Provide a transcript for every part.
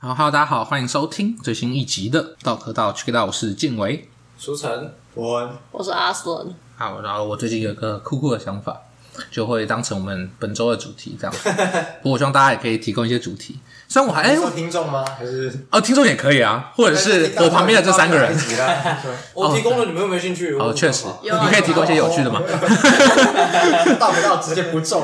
好，Hello，大家好，欢迎收听最新一集的《道可道 Check It Out》，我是建伟。舒晨，我我是阿斯伦，好，然后我最近有个酷酷的想法，就会当成我们本周的主题这样子。不过我希望大家也可以提供一些主题，虽然我还哎、你说听众吗？还是哦，听众也可以啊，或者是我旁边的这三个 人一。起啦对哦我提供了，你们有没有兴趣？哦，我确实，有啊你可以提供一些有趣的吗？到不到直接不中，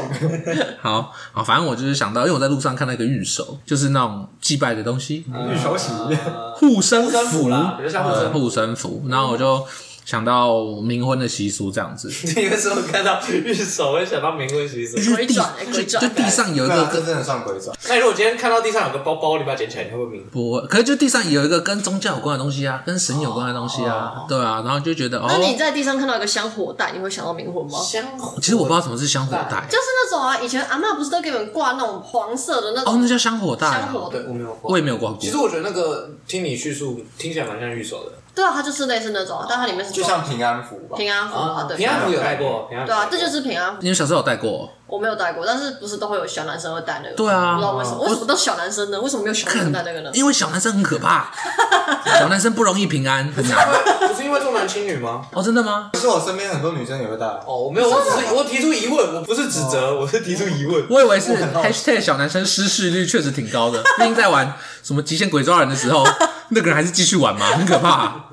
好，好，反正我就是想到，因为我在路上看到一个玉手，就是那种祭拜的东西，玉手洗。呃护身护身符符呃啦比较像护身符护身符。然后我就想到冥婚的习俗这样子，你有时候看到玉手会想到玫瑰洗手。就是鬼地转欸鬼就转就地上有一对啊，个这跟真的算鬼转。那如果今天看到地上有个包包，你把它捡起来，你会不会明？不，可是就地上有一个跟宗教有关的东西啊，跟神有关的东西啊，对啊，然后就觉得哦那，你在地上看到一个香火袋，你会想到冥婚吗？香火，其实我不知道什么是香火带就是那种啊，以前阿嬷不是都给你们挂那种黄色的那哦，种那叫香火带啊香，火对的？我没有过。我也没有刮过。其实我觉得那个听你叙述听起来蛮像玉手的对啊，它就是类似那种啊，但它里面是就像平安符吧，平安哦符啊，对，平安符有戴过，平安符对啊，这就是平安符。你们小时候有戴过？我没有戴过，但是不是都会有小男生会戴那个？对啊不知道为什么，为什么都小男生呢？为什么没有小女生戴那个呢？因为小男生很可怕，小男生不容易平安，很 难。不是因为重男轻女吗？哦，真的吗？可是我身边很多女生也会戴，哦，我没有，我只是哦我提出疑问，我不是指责，我是提出疑问。我以为是很好 hashtag 小男生失事率确实挺高的，毕竟在玩什么极限鬼抓人的时候，那个人还是继续玩嘛，很可怕、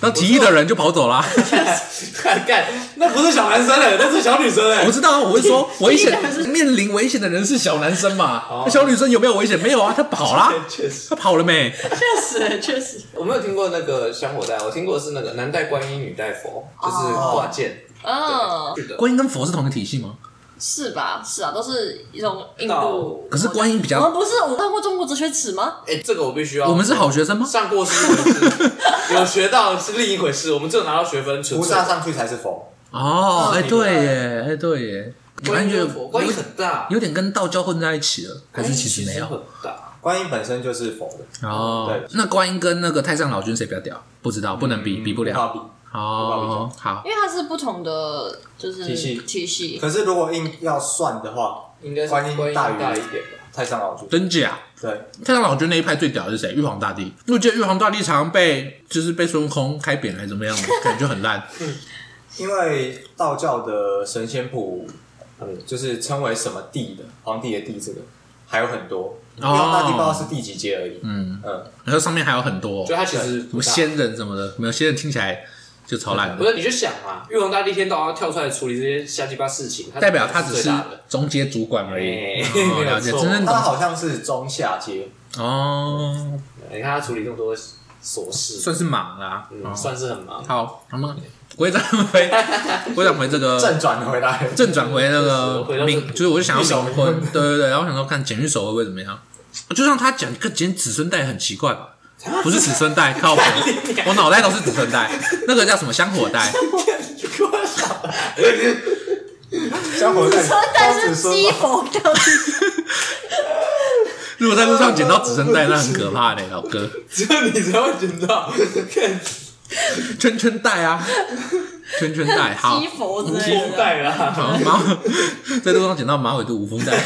那提议的人就跑走啦、 看看，那不是小男生欸嘞，那是小女生我 嘞。知道啊，我是说危险你你面临危险的人是小男生嘛？那小女生有没有危险？没有啊，她跑 啦，确实，她跑了没？确实，确实，我没有听过那个香火带，我听过是那个男戴观音，女戴佛，就是挂件。嗯，是的，观音跟佛是同一个体系吗？是吧？是啊，都是一种印道度。可是观音比我较们，不是我们看过《中国哲学史》吗？哎、这个我必须要。我们是好学生吗？上过是一回事，有学到是另一回事。我们只有拿到学分，纯菩粹萨啊上去才是佛。哦，哎，你对耶，哎，对耶，观感音觉跟佛观音很大，有点跟道教混在一起了，还是其实没观有？音很大。观音本身就是佛的，哦对，那观音跟那个太上老君谁比较屌？不知道，不能比，比嗯不了。嗯好哦，好，因为它是不同的，就是体系体系可是如果硬要算的话，应该是观音观音大大于一点吧。太上老君。真假？对，啊太上老君那一派最屌的是谁？玉皇大帝。因为我记得玉皇大帝常被就是被孙悟空开扁还是怎么样，感觉就很烂。因为道教的神仙谱，嗯，就是称为什么帝的，皇帝的帝这个还有很多，因为大帝不知道是第几阶而已。嗯，嗯，然后上面还有很多就它其实什不么大。仙人什么的，没有仙人听起来就超烂不的，是，你就想嘛，玉皇大帝一天到晚要跳出来处理这些瞎鸡巴事情，代表他只最是大的。中阶主管而已。哎哦，了解，没有错真正他懂好像是中下阶，哦，你看他处理这么多琐事，算是忙啦。嗯，哦算是很忙。好，那么回转 回回转回这个正转回来。呃正转回那就是回个到冥，正就是我就想要玉手冥 婚，对对对，然后想说看剪玉手会不会怎么样？就像他讲跟剪子孙带很奇怪 吧？不是子孙带，靠谱，我脑袋都是子孙带，那个叫什么香火带？香 火在车带是西佛教的，如果在路上捡到子孙带，那很可怕的，老哥。只有你才会 觉到，看圈圈带啊，圈圈带，好西，佛之类绷 的。带啦。好马 尾在路上捡到马尾的无风带，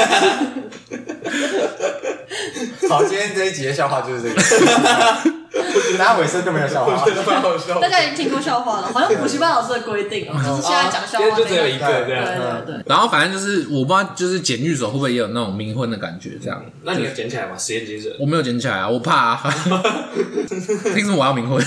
好，今天这一集的笑话就是这个， 大家尾声就没有笑话我觉。得蛮好笑的。大家已经听过笑 话了，好像补习班老师的规定哦，就是现在讲笑今天话就只有这一个。个这对样。对对，然后反正就是我不知道，就是捡玉手会不会也有那种冥婚的感觉？这样，那你有捡起来吗？实验精神。我没有捡起来啊，我怕啊，凭什么我要冥婚？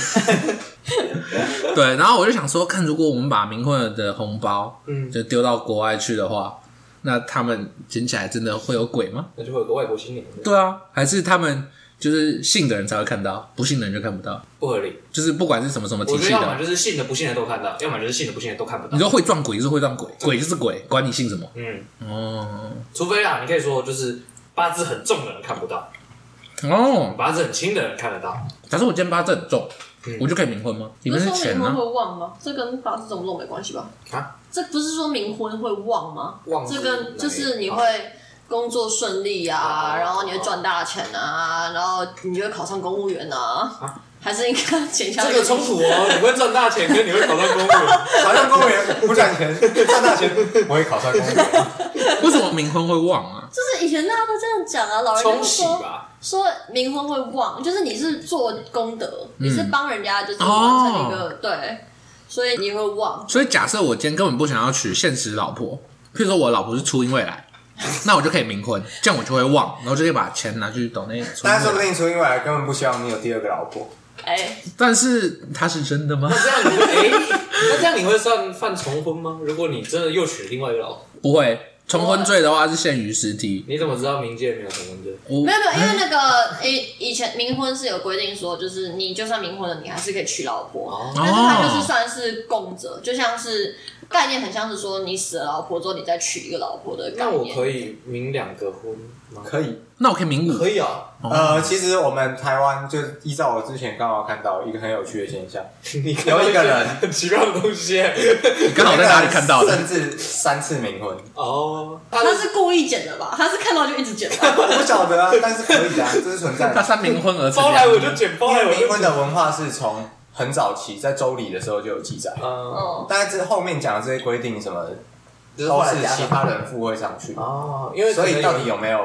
对，然后我就想说，看如果我们把冥婚的红包，嗯就丢到国外去的话，那他们捡起来真的会有鬼吗？那就会有个外国新娘，对啊，还是他们就是信的人才会看到，不信的人就看不到？不合理。就是不管是什么什么我体觉得系要么的，就是信的不信的都看到，要么就是信的不信的都看不你到。说会撞鬼就是会撞鬼，鬼就是鬼，管你信什么。嗯，哦除非啊，你可以说就是八字很重的人看不到，哦，八字很轻的人看得到。假设我今天八字很重，嗯我就可以冥婚吗？里不面是是说钱啊冥婚呢会？旺吗？这跟八字怎么弄没关系吧？啊，这不是说冥婚会旺吗？旺是这跟就是你会工作顺利哦啊，然后你会赚大钱啊，然后你就会考上公务员啊，还是应该减下这个冲突哦，你会赚大钱，跟你会考上 公务哦员，考上公务员不赚钱，赚大钱我也考上公务员。为什么冥婚会旺啊？就是以前大家都这样讲啊，老人家冲就洗说吧。说冥婚会忘，就是你是做功德，你是帮人家就是完成一个、哦对，所以你会忘。所以假设我今天根本不想要娶现实老婆，譬如说我老婆是初音未来，那我就可以冥婚，这样我就会忘，然后就可以把钱拿去抖那初音但是说不未来。定初音未来根本不希望你有第二个老婆，哎、但是他是真的吗？那这样你会哎，那这样你会算犯重婚吗？如果你真的又娶另外一个老婆，不会，重婚罪的话是限于实体。你怎么知道冥界没有重婚罪？我没有没有，因为那个以以前冥婚是有规定说，就是你就算冥婚了，你还是可以娶老婆，哦但是他就是算是供者，就像是概念很像是说你死了老婆之后，你再娶一个老婆的概那我念。可以冥两个婚吗？可以，那我可以冥可五以啊，呃，其实我们台湾就依照我之前刚好看到一个很有趣的现象， 你有一个人很奇怪的东西 刚好在哪里看到的？甚至三次冥婚，哦，他他是故意剪的吧？他是看到就一直剪吧？ 我不晓得啊，但是可以的啊，这是存在他的。三冥婚而包来我就捡，包因来我为就冥婚捡。的文化是从很早期在周礼的时候就有记载，嗯，嗯，但是这后面讲的这些规定什么，就是都后来是加上其他人附会上去，哦，因为 所可以能到底有没有，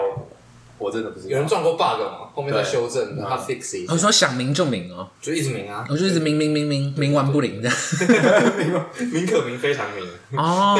我真的不知道。有人撞过 bug 嘛？后面再对修正，嗯他 fix 一我下，说想冥就冥哦，就一直冥啊，我就一直冥冥冥冥冥顽不灵这样。嗯冥可冥非常冥，哦，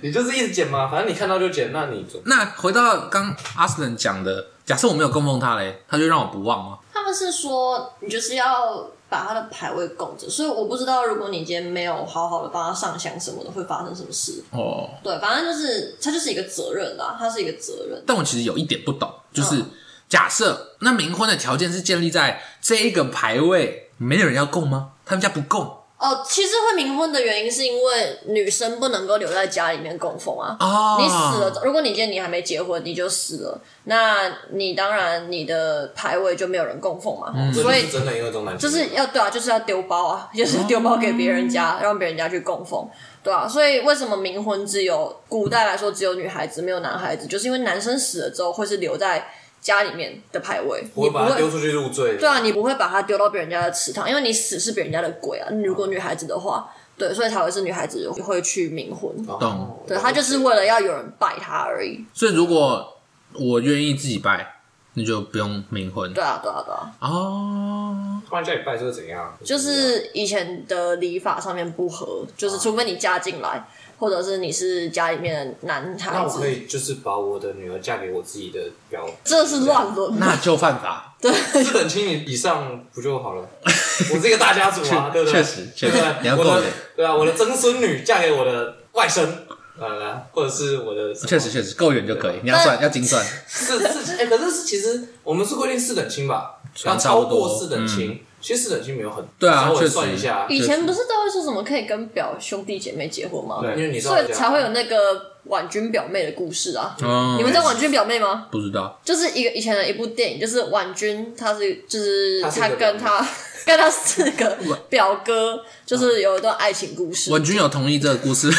你就是一直捡嘛，反正你看到就捡，那你总 那回到刚阿斯顿讲的，假设我没有供奉他嘞，他就让我不忘吗？他们是说你就是要把他的牌位供着，所以我不知道如果你今天没有好好的帮他上香什么的，会发生什么事。哦，对，反正就是他就是一个责任啦，他是一个责任。但我其实有一点不懂，就是嗯假设那冥婚的条件是建立在这一个牌位没有人要供吗？他们家不供哦，其实会冥婚的原因是因为女生不能够留在家里面供奉啊。哦，你死了，如果你今天你还没结婚，你就死了，那你当然你的牌位就没有人供奉嘛，这就所以是真的因为这种男就是要对啊，就是要丢包啊， 就是丢包给别人哦家，让别人家去供奉，对啊，所以为什么冥婚只有古代来说只有女孩子没有男孩子，就是因为男生死了之后会是留在家里面的牌位，我会你不把他会丢出去入赘，对啊，你不会把它丢到别人家的池塘，因为你死是别人家的鬼啊。如果女孩子的话，对，所以才会是女孩子会去冥婚。哦，懂对，她就是为了要有人拜她而已。所以如果我愿意自己拜，那就不用冥婚对啊，对啊，对啊，哦。放在家里拜就是怎样，就是以前的礼法上面不合，哦就是除非你嫁进来，或者是你是家里面的男那孩我可子，以就是把我的女儿嫁给我自己的表， 这是乱伦。那就犯法，对，四等亲以上不就好了？ 我是一个大家族啊，对不对？确实确实对不对你要够我的脸对啊，我的曾孙女嫁给我的外甥，呃，或者是我的什么确实确实够远就可以，你要算要精算，四四哎，可是是其实我们是规定四等亲吧，要算差不超多嗯过四等亲，其实四等亲没有很对啊稍微确实算一下，以前不是都会说什么可以跟表兄弟姐妹结婚吗？因对为你知道所以才会有那个婉君表妹的故事啊。嗯你们知道婉君表妹吗？不知道就是一个以前的一部电影，就是婉君，她是就是她是一她个跟表她跟她四个表哥，就是有一段爱情故事。文君有同意这个故 事，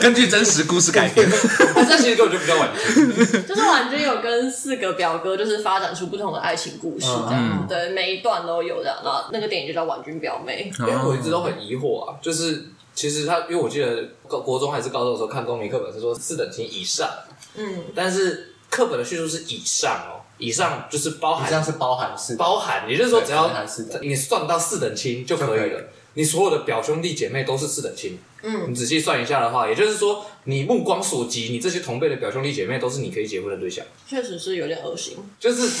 根据真实故事改编。 那其实根本就比较晚婚，就是婉君有跟四个表哥，就是发展出不同的爱情故嗯事，这样、子，对，每一段都有这样。然后那个电影就叫《婉君表妹》，因为我一直哦都很疑惑啊，就是其实他，因为我记得高国中还是高中的时候看公民课本是说四等亲以上，嗯，但是课本的叙述是以上哦，以上就是包好像含是包含式的，包含，也就是说只要对包含四等你算到四等亲就可就可以以了了。你所有的表兄弟姐妹都是四等亲，嗯，你仔细算一下的话，也就是说，你目光所及，你这些同辈的表兄弟姐妹都是你可以结婚的对象，确实是有点恶心。就是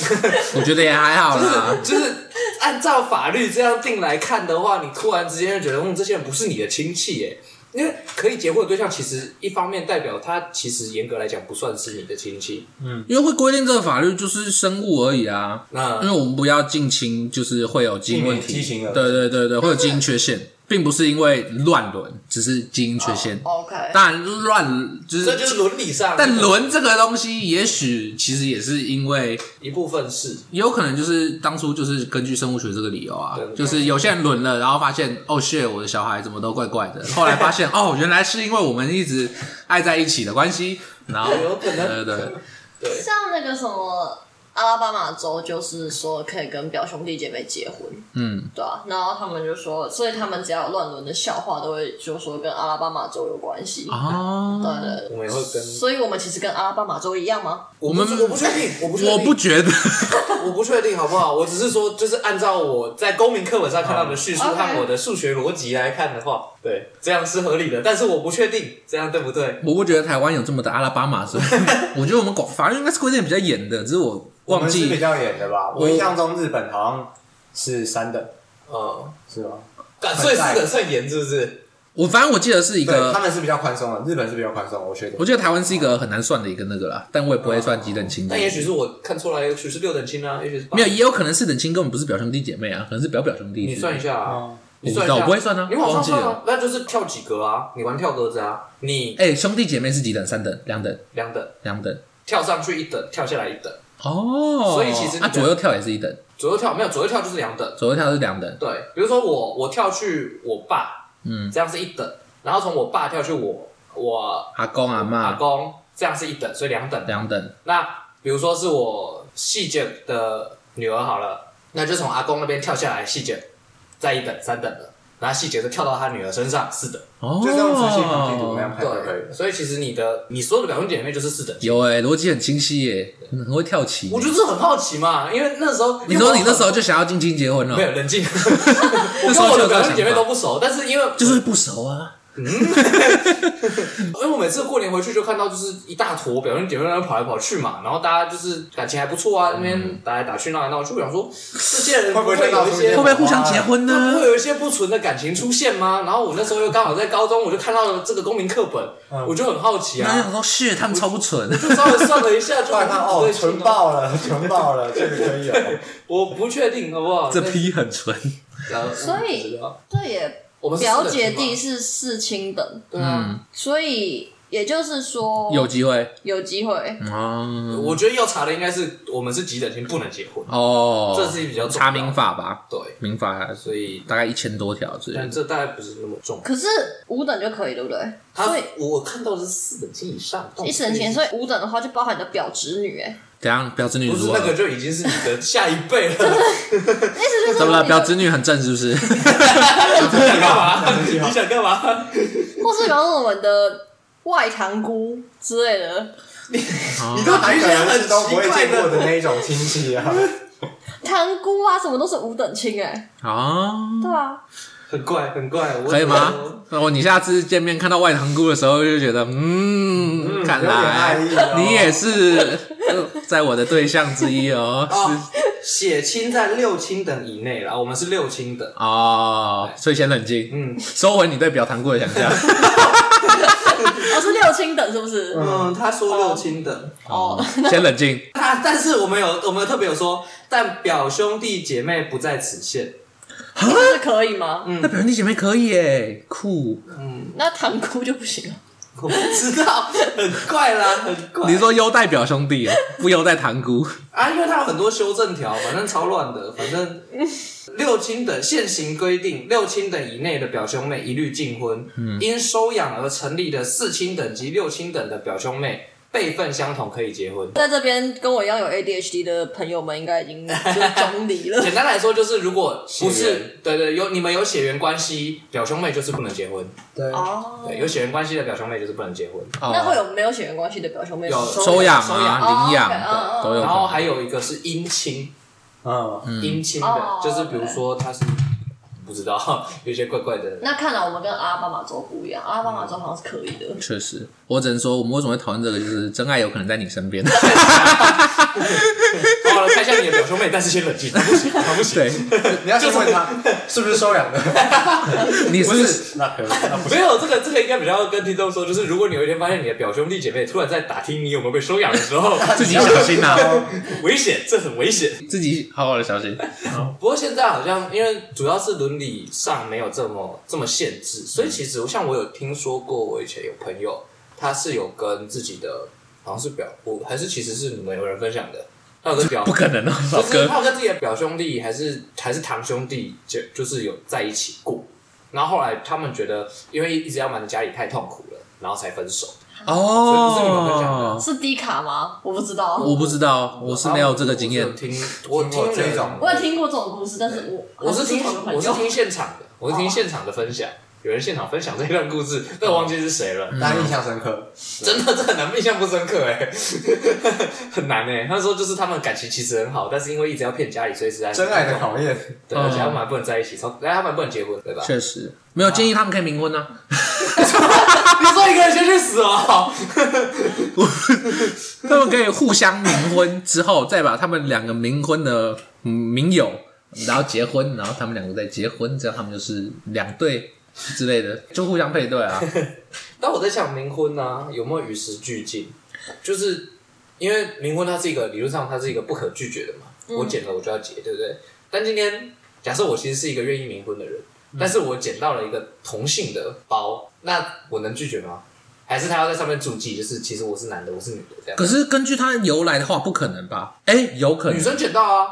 我觉得也还好 啦，就是按照法律这样定来看的话，你突然之间就觉得，嗯，这些人不是你的亲戚耶。因为可以结婚的对象，其实一方面代表他其实严格来讲不算是你的亲戚，因为会规定这个法律就是生物而已啊，那因为我们不要近亲，就是会有基因问避题，免畸形儿对对对对，会有基因缺陷，并不是因为乱伦，只是基因缺陷。 OK，当然就是乱哦就这是就是伦理上。但伦这个东西，也许其实也是因为，一部分是也有可能就是当初就是根据生物学这个理由啊对，就是有些人伦了，然后发现哦 shit，我的小孩怎么都怪怪的，后来发现 哦，原来是因为我们一直爱在一起的关系，然后有可对能对对，像那个什么。阿拉巴马州就是说可以跟表兄弟姐妹结婚，嗯，对啊，然后他们就说，所以他们只要有乱伦的笑话都会就说跟阿拉巴马州有关系，啊对哦，对我们也会跟对，所以我们其实跟阿拉巴马州一样吗？我们不我不确定，我不确定，我不觉得， 我不确定好不好？我只是说，就是按照我在公民课本上看到的叙述哦嗯和 OK 我的数学逻辑来看的话，对，这样是合理的。但是我不确定这样对不对。我不觉得台湾有这么的阿拉巴马州， 我觉得我们广法律应该是规定比较严的，只是我我忘们是比记。较严的吧？我印象中日本好像是三等，嗯，是吗？干所以是的算严是不是？我反正我记得是一对，他个，嗯们是比较宽松的，日本是比较宽松的，我确定我。记得台湾是一个很难算的一个那个啦，但我也不会算几等亲的但。也许是我看错了，也许是六等亲啊，也许是嗯八没有，也有可能四等亲根本不是表兄弟姐妹啊，可能是表表兄弟。你算一下啊，哦你我不算知一下，道，我不会算啊，你往上忘记算了。啊，那就是跳几格啊，你玩跳格子啊，你哎，兄弟姐妹是几等？三等、两等、两等两等。跳上去一等，跳下来一等，哦，所以其实你的啊，左右跳也是一等，左右跳没有左右跳就是两等。左右跳是两等。对，比如说我我跳去我爸，嗯，这样是一等，然后从我爸跳去我我阿公阿阿妈公，这样是一等，所以两等。两等，那比如说是我细姐的女儿好了，那就从阿公那边跳下来，细姐再一等三等的，然后细姐就跳到她女儿身上四等。哦，就这样直系旁系组那样拍就可以对，了。所以其实你的你所有的表兄姐妹就是四等。有哎、逻辑很清晰耶、很很会跳棋。欸我就是很好奇嘛，因为那时候你说你那时候就想要近亲结婚了啊没，有冷静，我跟我的表兄姐妹都不熟，但是因为就是不熟啊。因为我每次过年回去就看到就是一大坨表兄姐妹在那跑来跑去嘛，然后大家就是感情还不错啊，那边打来打去闹来闹去，我想说这些人会不会会有一些会不看到会互相结婚那不呢会？有一些不纯的感情出现吗？然后我那时候又刚好在高中，我就看到了这个公民课本，嗯我就很好奇那啊想，说是他们超不纯，就稍微算了一下，就突 然看哦，对纯，爆了，纯爆了，这个可以哦。我不确定好不好？这批很纯。呃所以我不知道对耶，我们是表四等姐亲弟嘛是四亲等，对啊。嗯，所以也就是说有机会有机会。哦我觉得要查的应该是我们是几等亲不能结婚，哦，这是比较重要查民法吧？对，民法所以大概一千多条之类但的。这大概不是那么重要。可是五等就可以，对不对？他哦所以我看到的是四等亲以上，一整天，所以五等的话就包含你的表侄女，哎，怎样？表侄女不 如是何那？个就已经是你的下一辈了。意思就 是怎么了？你的表侄女很正是不 是？你想 干嘛？计划 你想干嘛？或是比方说我们的外堂姑之类的，你都可还能很是都不奇会怪见过的的。那一种亲戚啊。堂姑啊，什么都是五等亲哎、哦，对啊，很怪，很怪，我可以吗？？我你下次见面看到外堂姑的时候，就觉得嗯，看有点爱来意哦你也是呃在我的对象之一哦。是哦，血亲在六亲等以内啦，我们是六亲等。哦，所以先冷静，嗯收回你对表堂姑的想 象。我、哦是六亲等是不是？嗯，他说六亲等，哦，先冷静。他但是我们有我们特别有说，但表兄弟姐妹不在此限。那哦是可以吗？嗯那表兄弟姐妹可以耶，酷。那堂姑就不行了。我不知道，很怪 啦，很怪。你是说优待表兄弟哦，不优待堂姑。啊，因为它有很多修正条，反正超乱的，反 正六亲等现行规定，六亲等以内的表兄妹一律禁婚。嗯因收养而成立的四亲等及六亲等的表兄妹辈分相同可以结婚。在这边跟我一样有 ADHD 的朋友们，应该已经就是中 离 了。简单来说，就是如果不血是对对有你们有血缘关系，表兄妹就是不能结婚。对，哦对，有血缘关系的表兄妹就是不能结婚。那会哦，有没有血缘关系的表兄妹有收养收养啊，领哦养，OK，嗯嗯都有然后可还有一个是姻亲，嗯，姻亲的哦，就是比如说他是不知道有一些怪怪的。那看来我们跟阿拉巴马州不一样，阿拉巴马州好像是可以的。能。确实，我只能说，我们为什么会讨论这个，就是真爱有可能在你身 边。好了，看一下你的表兄妹，但是先冷静，他不行，他不行。对，你要先问他是不是收养的？你是不是那可以，那不是没有这个，这个应该比较跟听众说，就是如果你有一天发现你的表兄弟姐妹突然在打听你有没有被收养的时候，自己小心呐、啊，危险，这很危险。自己啊好好的小心。不过现在好像因为主要是伦理上没有这么这么限制，所以其实像我有听说过，我以前有朋友他是有跟自己的好像是表我还是其实是你们有人分享的，他有跟表不可能哦，老就是哥。他有跟自己的表兄弟还是还是堂兄弟就就是有在一起过，然后后来他们觉得因为一直要瞒着家里太痛苦了，然后才分手。所以不是你们分享哦的，是低卡吗？我不知道，我不知道，我是没有这个经我验是。有听我听过听这人种我有听过这种故事，但是我我是听还是我很是久听现场的，我是听现场的分享，有人现场分享这段故事，但我忘记是谁了。嗯大家印象深刻。 真的，这很难，印象不深刻哎， 很难哎。那时候就是他们感情其实很好，但是因为一直要骗家里，所以实在是真爱的嗯考验，对，而且他们还不能在一起，超，哎，他们还不能结婚，对吧？确实没有建议他们可以冥婚啊呢、你啊说一个人先去死哦， 他们可以互相冥婚之后，再把他们两个冥婚的嗯冥友，然后结婚，然后他们两个再结婚，这样他们就是两对之类的，就互相配对 啊。但我在想冥婚呢、有没有与时俱进？就是因为冥婚它是一个理论上它是一个不可拒绝的嘛，我捡了我就要结，对不对？但今天假设我其实是一个愿意冥婚的人，但是我捡到了一个同性的包，那我能拒绝吗？还是他要在上面注记，就是其实我是男的，我是女的这样？可是根据它由来的话，不可能吧？哎、有可能女生捡到啊，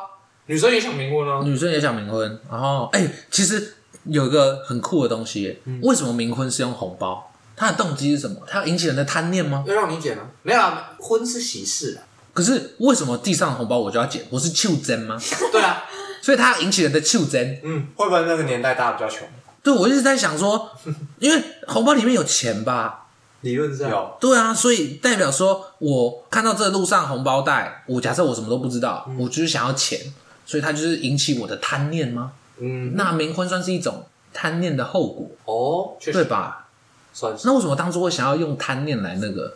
女生也想冥婚啊，女生也想冥婚，然后哎、其实有一个很酷的东西耶，为什么冥婚是用红包？它的动机是什么？它要引起人的贪念吗？要让你捡啊？没有啊，婚是喜事啊，可是为什么地上的红包我就要捡？我是求真吗？对啊，所以它要引起人的求真。会不会那个年代大家比较穷？对我一直在想说，因为红包里面有钱吧？ 理论上有对啊，所以代表说我看到这路上红包袋，我假设我什么都不知道，我就是想要钱，所以它就是引起我的贪念吗？嗯，那冥婚算是一种贪念的后果，哦，确对实吧？算是。那为什么当初会想要用贪念来那个？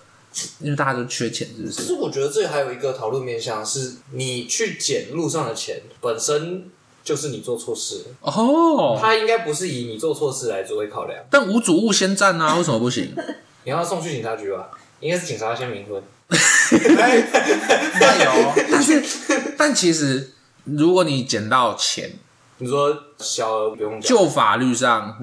因为大家都缺钱，是不其是？实我觉得这还有一个讨论面向是，你去捡路上的钱本身就是你做错事了，哦，它应该不是以你做错事来作为考量。但无主物先占啊，为什么不 行？你要送去警察局吧，应该是警察先明婚。哎，那有但是，但其实，如果你捡到钱，你说小额不用讲，就法律上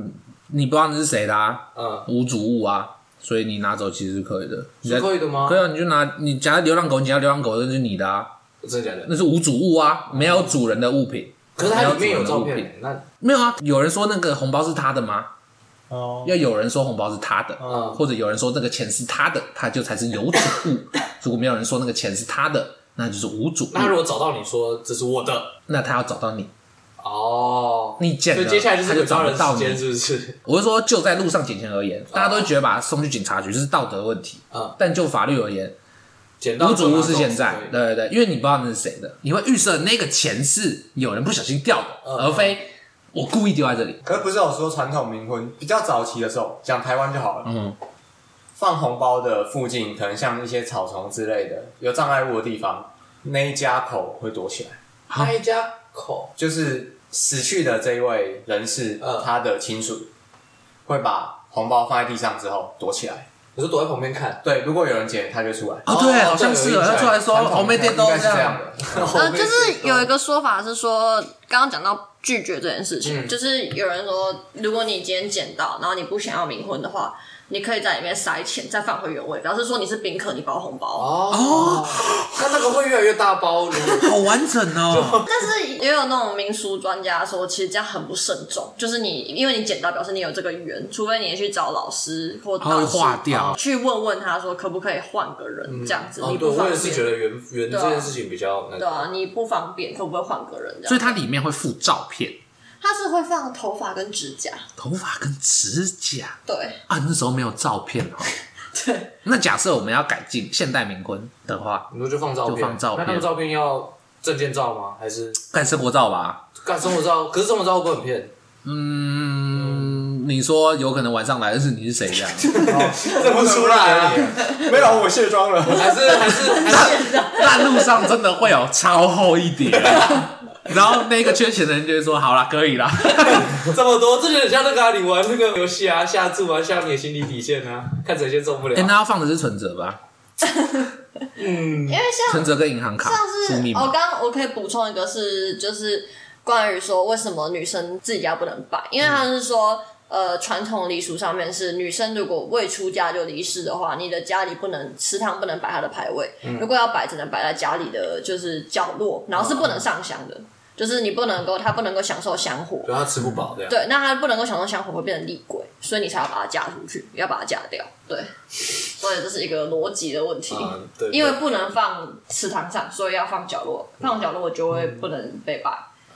你不知道那是谁的、啊，嗯，无主物啊，所以你拿走其实是可以的。你在是可以的吗对？啊，你就拿你假如流浪狗，你捡到流浪狗那是你的啊，真的假的？那是无主物啊，没有主人的物品。可是它里面没有有照主人的物片品，欸，那没有啊？有人说那个红包是他的吗？哦，要有人说红包是他的，嗯或者有人说那个钱是他的，他就才是有主物。如果没有人说那个钱是他的，那就是无主物。那如果找到你说这是我的，那他要找到你，哦，你捡所了，以接下来就是他就鬼抓找人不到时间，你。是不是？我是说，就在路上捡钱而言，大家都会觉得把他送去警察局是道德问题。嗯但就法律而言，捡到无主就拿物走是现之在类，对的对对，因为你不知道那是谁的，你会预设那个钱是有人不小心掉的，嗯而非我故意丢在这里。可是不是有说传统冥婚比较早期的时候，讲台湾就好了。嗯，放红包的附近，可能像一些草丛之类的有障碍物的地方，那一家口会躲起来。那一家口，就是死去的这一位人士，嗯他的亲属会把红包放在地上之后躲起来。你说躲在旁边看，对，如果有人捡，他就出来。哦，对，哦好像对是有印他象出来说传统我没应电动该是这样这样。的。呃，就是有一个说法是说，刚刚讲到拒绝这件事情，嗯就是有人说，如果你今天捡到，然后你不想要冥婚的话，你可以在里面塞钱，再放回原位，表示说你是宾客，你包红包。哦，那那个会越来越大包，如果好完整 哦！但是也有那种民俗专家说，其实这样很不慎重，就是你因为你捡到，表示你有这个缘，除非你去找老师或它会道士化掉，去问问他说可不可以换个人、这样子，哦你，对，不我方也是觉便。得圆圆对这啊件事情比较那对个，啊，你不方便，可不可以换个人？这所以样，它里面会附照片。他是会放头发跟指甲，头发跟指甲对，啊，那时候没有照片哈。对，那假设我们要改进现代冥婚的话，你说就放照片，就放照片那那个照片要证件照吗？还是改生活照吧。干生活照？可是生活照会不会很 骗，嗯，你说有可能晚上来的是你是谁这样？认 不出来啊！ 没有，我卸妆了。还是还是还是但路上真的会有超厚一叠，啊然后那个缺钱的人就会说：“好啦，可以啦。这么多？这就很像那个啊，你玩那个游戏啊，下注啊，下你的心理底线啊，看谁先受不了哎，。那要放的是存折吧？嗯， 因为像存折跟银行卡像输密是我码。刚刚我可以补充一个是，就是关于说为什么女生自己家不能拜，因为嗯他是说。呃，传统礼俗上面是女生如果未出嫁就离世的话，你的家里不能祠堂不嗯能哦摆她的牌位，如果要摆只能摆在家里的就是角落，然后是不能上香的。就是你不能够，他不能够享受香火，主要吃不饱这样。 对，那他不能够享受香火，会变成厉鬼，所以你才要把它嫁出去，要把它嫁掉。对，所以这是一个逻辑的问题，啊，对，因为对不能放池塘上，所以要放角落，放角落就嗯会不能被拜，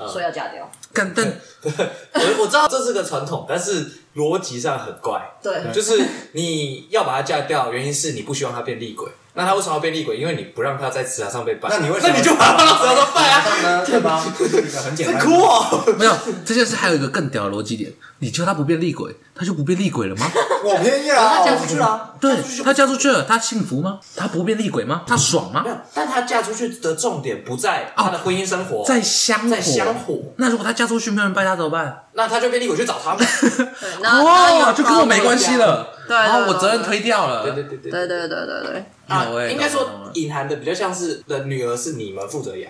所以要嫁掉。干但我我知道这是个传统，但是逻辑上很怪。对，就是你要把它嫁掉，原因是你不希望它变厉鬼。那它为什么要变厉鬼？因为你不让它在祠堂上被拜。 那你为什么那你就把它放到祠 堂上拜啊！上呢，对吧？ 这个很简单，哭哦！没有这件事还有一个更屌的逻辑点，你叫他不变厉鬼，他就不变厉鬼了吗？我偏要他嫁出去了、哦 对他嫁出去了，他幸福吗？他不变厉鬼吗？他爽吗没？有，但她嫁出去的重点不在她的婚姻生活，啊在香火，在香火，那如果他嫁出去没有人拜他怎么办？那她就变厉鬼去找 他们。对，啊那那有就跟我没关系了。对然后对我对责任推掉了。对对对对对对对对对，啊有欸，应该懂了懂说了隐含的比较像是的女儿是你们负责养，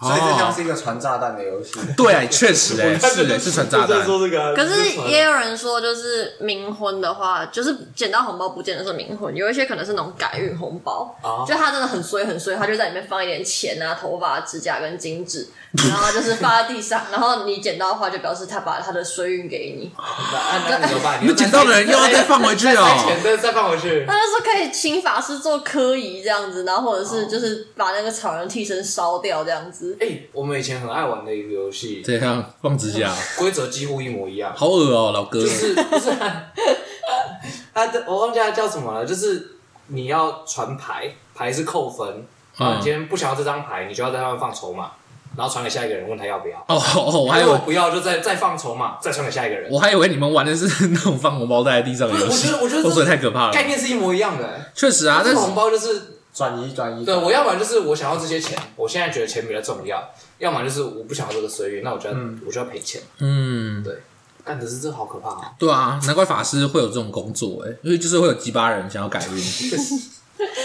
所以这像哦是一个传炸弹的 游戏。对，确实哎，是哎，是传炸就弹在。说这个啊，可就是传也有人说，就是冥婚的话，就是捡到红包不见得是冥婚，有一些可能是那种改运红包，哦就他真的很衰很衰，他就在里面放一点钱啊、头发、指甲跟 金纸，然后就是放在地上，然后你捡到的话，就表示他把他的衰运给你。那那那你怎么办？你们捡到的人又要再放回 去再哦。钱再再放回去他，就是可以请法师做科仪这样子，然后或者啊是就是把那个草人替身烧掉这样子。哎、我们以前很爱玩的一个游戏，这样放指甲，规则几乎一模一样， 好恶哦，老哥啊就。是不是 它的我忘记它叫什么了，就是你要传牌，牌是扣分，啊然哦后你今天不想要这张牌，你就要在上面放筹码，然后传给下一个人，问他要不要。哦哦，我还以如为果不要，就再再放筹码，再传给下一个人。我还以为你们玩的是 那种放红包袋在地上的游戏，不是我觉得我觉得这哦所以太可怕概了。念是一模一样的、确实啊，这但个是红包就是转移转移，对我，要不然就是我想要这些钱，我现在觉得钱比较重要；要么就是我不想要这个随运，那我就要、我就要赔钱。嗯，但可是这好可怕啊！对啊，难怪法师会有这种工作哎，因为就是会有鸡巴人想要改 运。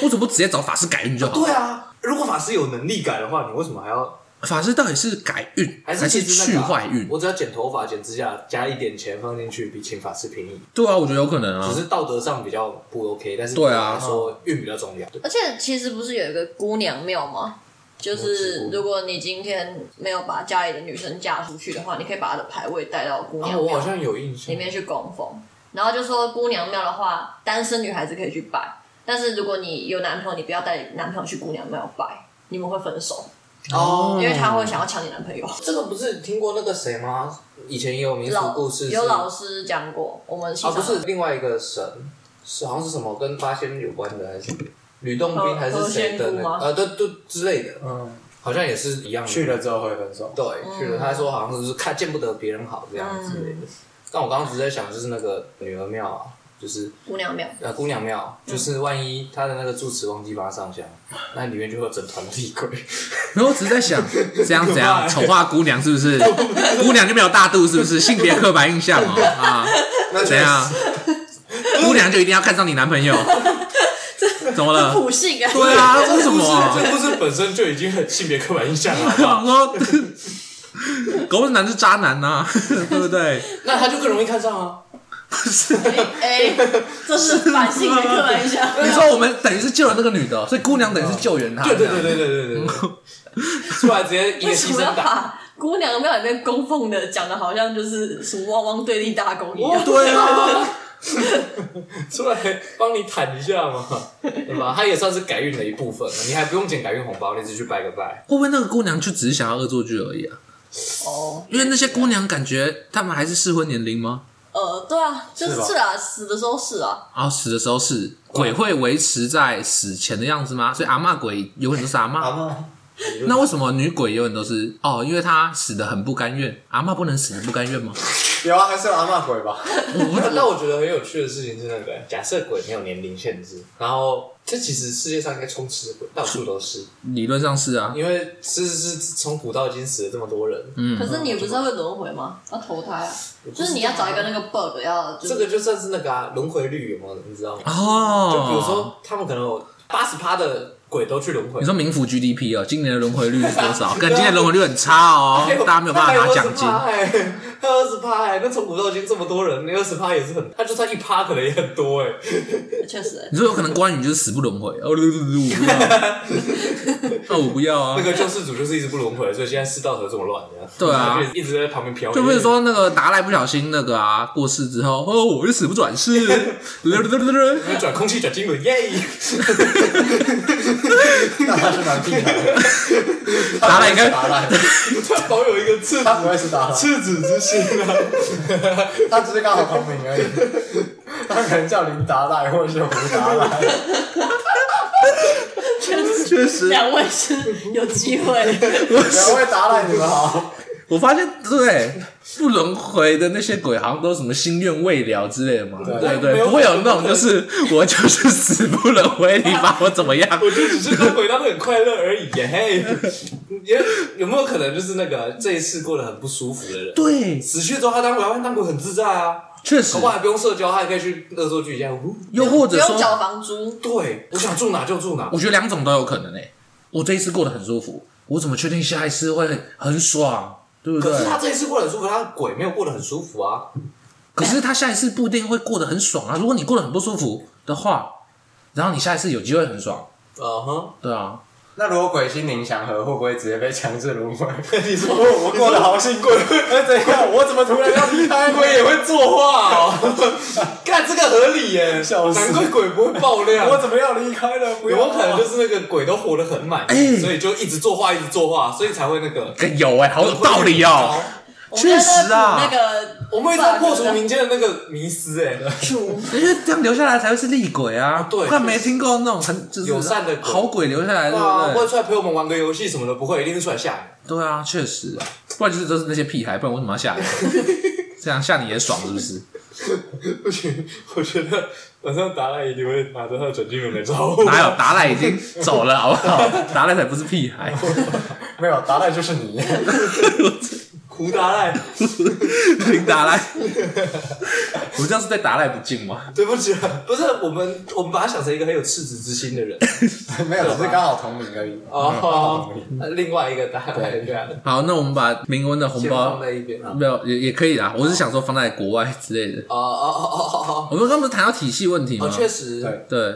我怎么不直接找法师改运就好？对啊，如果法师有能力改的话，你为什么还要？法师到底是改运还还其是实去那个啊坏运？我只要剪头发、剪指甲，加一点钱放进去，比请法师便宜。对啊，我觉得有可能啊只。是道德上比较不 OK，但是对啊对我来说运比较重要。对而且其实不是有一个姑娘庙吗？就我知是道如果你今天没有把家里的女生嫁出去的话，你可以把她的牌位带到姑啊，娘我好庙像有印象里。面去供奉。然后就说姑娘庙的话，单身女孩子可以去拜，但是如果你有男朋友，你不要带男朋友去姑娘庙拜，你们会分手，哦因为他会想要抢你男朋友。这个不是听过那个谁吗？以前也有民俗老故事是，有老师讲过，我们系啊，上不是另外一个神，是好像是什么跟八仙有关的，还是吕洞宾何还是谁的哦何仙姑那吗呃，对对之类的，嗯，好像也是一样的去了之后会分手。对，嗯去了。他说好像是看见不得别人好这样之类的。但我刚刚只是在想，就是那个女儿庙啊，就是姑娘庙，呃姑娘庙，嗯就是万一她的那个住持忘记帮她上香，那里面就会有整团厉鬼。没有，我只是在 想，怎样可怕怎样欸丑化姑娘是不 是？姑娘就没有大度是不是？性别刻板印象哦 啊，怎样？姑娘就一定要看上你男 朋友？怎么了？普信啊，对啊，为什么啊？ 这故事本身就已经很性别刻板印象了好不好。想说， 狗男是渣男呐、 对 不对？那他就更容易看上啊。哎，这是反性 别刻板印象。你说我们等于是救了那个女的，所以姑娘等于是救援她。对对对对对对对对， 出来直接一个为什牺么要牲打。把姑娘庙里面供奉的讲的好像就是什么汪汪队立大功一样？对啊，出来帮你坦一下嘛，对吧？它也算是改运的一部分，你还不用捡改运红包，你只去拜个拜。会不会那个姑娘就只是想要恶作剧而已啊？哦，因为那些姑娘感觉她们还是适婚年龄吗？呃，对啊，就是吧是啊，死的时候是啊，然后哦死的时候是鬼会维持在死前的样子吗？所以阿嬷鬼有很多是阿嬷。好吗？那为什么女鬼有很多是哦？因为她死的很不甘愿，阿嬷不能死的不甘愿吗？有啊，还是有阿骂 鬼吧？我不但我觉得很有趣的事情是那个，假设鬼没有年龄限制，然后这其实世界上应该充斥着鬼，到处都是，理论上是啊，因为是是是从古到今死了这么多人，嗯可是你不是会轮回吗？要投胎啊，就是你要找一个那个 bug 要就这是个就算是那个啊轮回率有没有？你知道吗？哦，就比如说他们可能有八十趴的鬼都去轮回你，说民府 GDP 哦，今年的轮回率是多少？ 跟今年的轮回率很差哦，哎大家没有 办法拿奖金。金。还有二十趴哎，那从古到今这么多人，那二十趴也是很，他就算一趴可能也很 多哎、确实、啊欸，你说有可能关羽就是死不轮回，哦，噜噜噜噜那我不要啊那。个救世主就是一直不轮回，所以现在世道才这么乱，这样对啊 他就一直在旁边飘。就比如说那个达赖不小心那个啊过世之后，哦，我就死不转世，因为转空气转经轮，耶！ 那他是男病人，达赖应该打烂，他保有一个赤他不会是打烂，赤子之心啊！ 他只是刚好同名而已。他可能叫林达赖或者是胡达赖， 确实，两位是有机会，两位达赖你们好。我发现对不轮回的那些鬼好像都什么心愿未了之类的嘛，对对不没对，有不会有那种就是我就是死不轮回，你把我怎么样？我就只是轮回到的很快乐而已耶！嘿，也有没有可能就是那个这一次过得很不舒服的人，对，死去之后他当老板当鬼很自在啊，确实头，发还不用社交，他也可以去恶作剧一下。呜又或不者用缴说，房租。对，我想啊住哪就住哪我。觉得两种都有可能诶、欸我这一次过得很舒服，我怎么确定下一次会很很爽？对不对可？是他这一次过得很舒服，他鬼没有过得很舒服啊。可是他下一次不一定会过得很爽 啊。如果你过得很不舒服的话，然后你下一次有机会很爽，嗯哼，对啊，呃那如果鬼心灵祥和，会不会直接被强制轮回？你说我 我过得好幸鬼，那怎样？我怎么突然要离开鬼也会作画哦， 干这个合理耶，笑死难怪鬼不会爆亮。我怎么要离开了？不有要没啊有可能就是那个鬼都活得很满，哎所以就一直作画，一直作画，所以才会那个有哎、好有道理哦、我们确在实啊那个我们一直在破除民间的那个迷思，哎，主因为这样留下来才会是厉鬼啊！对我还没听过那种很就是友善的鬼好鬼留下来，对哇，不啊不对会？出来陪我们玩个游戏什么的，不会，一定是出来吓你。对啊，确实啊，不然就是都是那些屁孩，不然为什么要 吓你？这样吓你也爽是不是？不行， 我觉得晚上达赖一定会拿着他的准经轮来找我哪有达赖已经走 了好不好？达赖才不是屁孩，没有，答案就是你。 胡达赖，林达赖，我这样是对达赖不敬吗？对不起啊，不是我们，我们把他想成一个很有赤子之心的人。没有，只是刚好同名而已。哦，另外一个达赖对啊，好，那我们把明文的红先包放在一边啊。没有也也可以啦，我是想说放在国外之类的。哦哦哦哦哦我们刚不是谈到体系问题哦，吗？确实，对嗯对，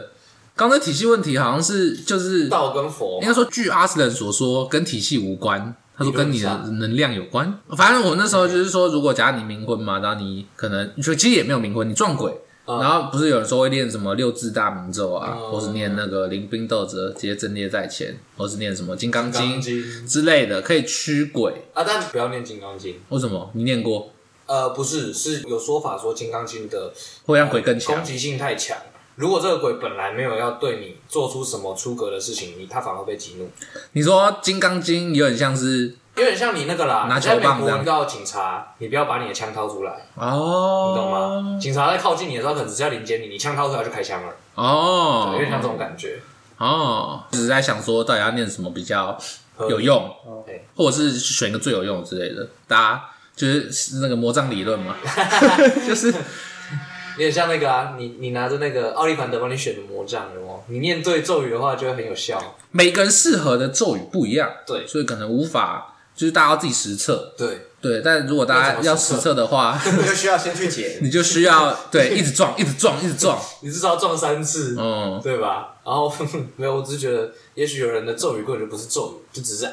刚才体系问题好像是就是道跟佛应该说，据阿斯冷所说，跟体系无关。他说跟你理的论能量有关。反正我那时候就是说，如果假如你冥婚嘛，然后你可能就其实也没有冥婚，你撞鬼。嗯然后不是有人说会念什么六字大明咒啊，嗯或是念那个临兵斗者皆阵列在前，或是念什么金刚金刚经经之类的，可以驱鬼。啊，但不要念金刚经。为什么？你念过呃，不是，是有说法说《金刚经》的会让鬼更强攻？击性太强。如果这个鬼本来没有要对你做出什么出格的事情，你他反而会被激怒，你说《金刚经》有点像是有点像你那个啦，拿你在球美棒国这样遇到警察，你不要把你的枪掏出来，哦，你懂吗？？警察在靠近你的时候，可能只是要临检你，你枪掏出来就开枪了，哦，有点像这种感觉。哦，只是在想说到底要念什么比较合理哦有用对，或者是选一个最有用的之类的。大家就是那个魔杖理论嘛，就是有点像那个啊，你你拿着那个奥利凡德帮你选的魔杖，有吗？你念对咒语的话，就会很有效。每个人适合的咒语不一样，对所以可能无法就是大家要自己实测。对，对，但如果大家要实测的话， 你就需要先去解。你就需 要对一直撞，一直撞，一直撞。你至少要撞三次，嗯，对吧？然后 没有，我只是觉得，也许有人的咒语根本就不是咒语，就只是啊，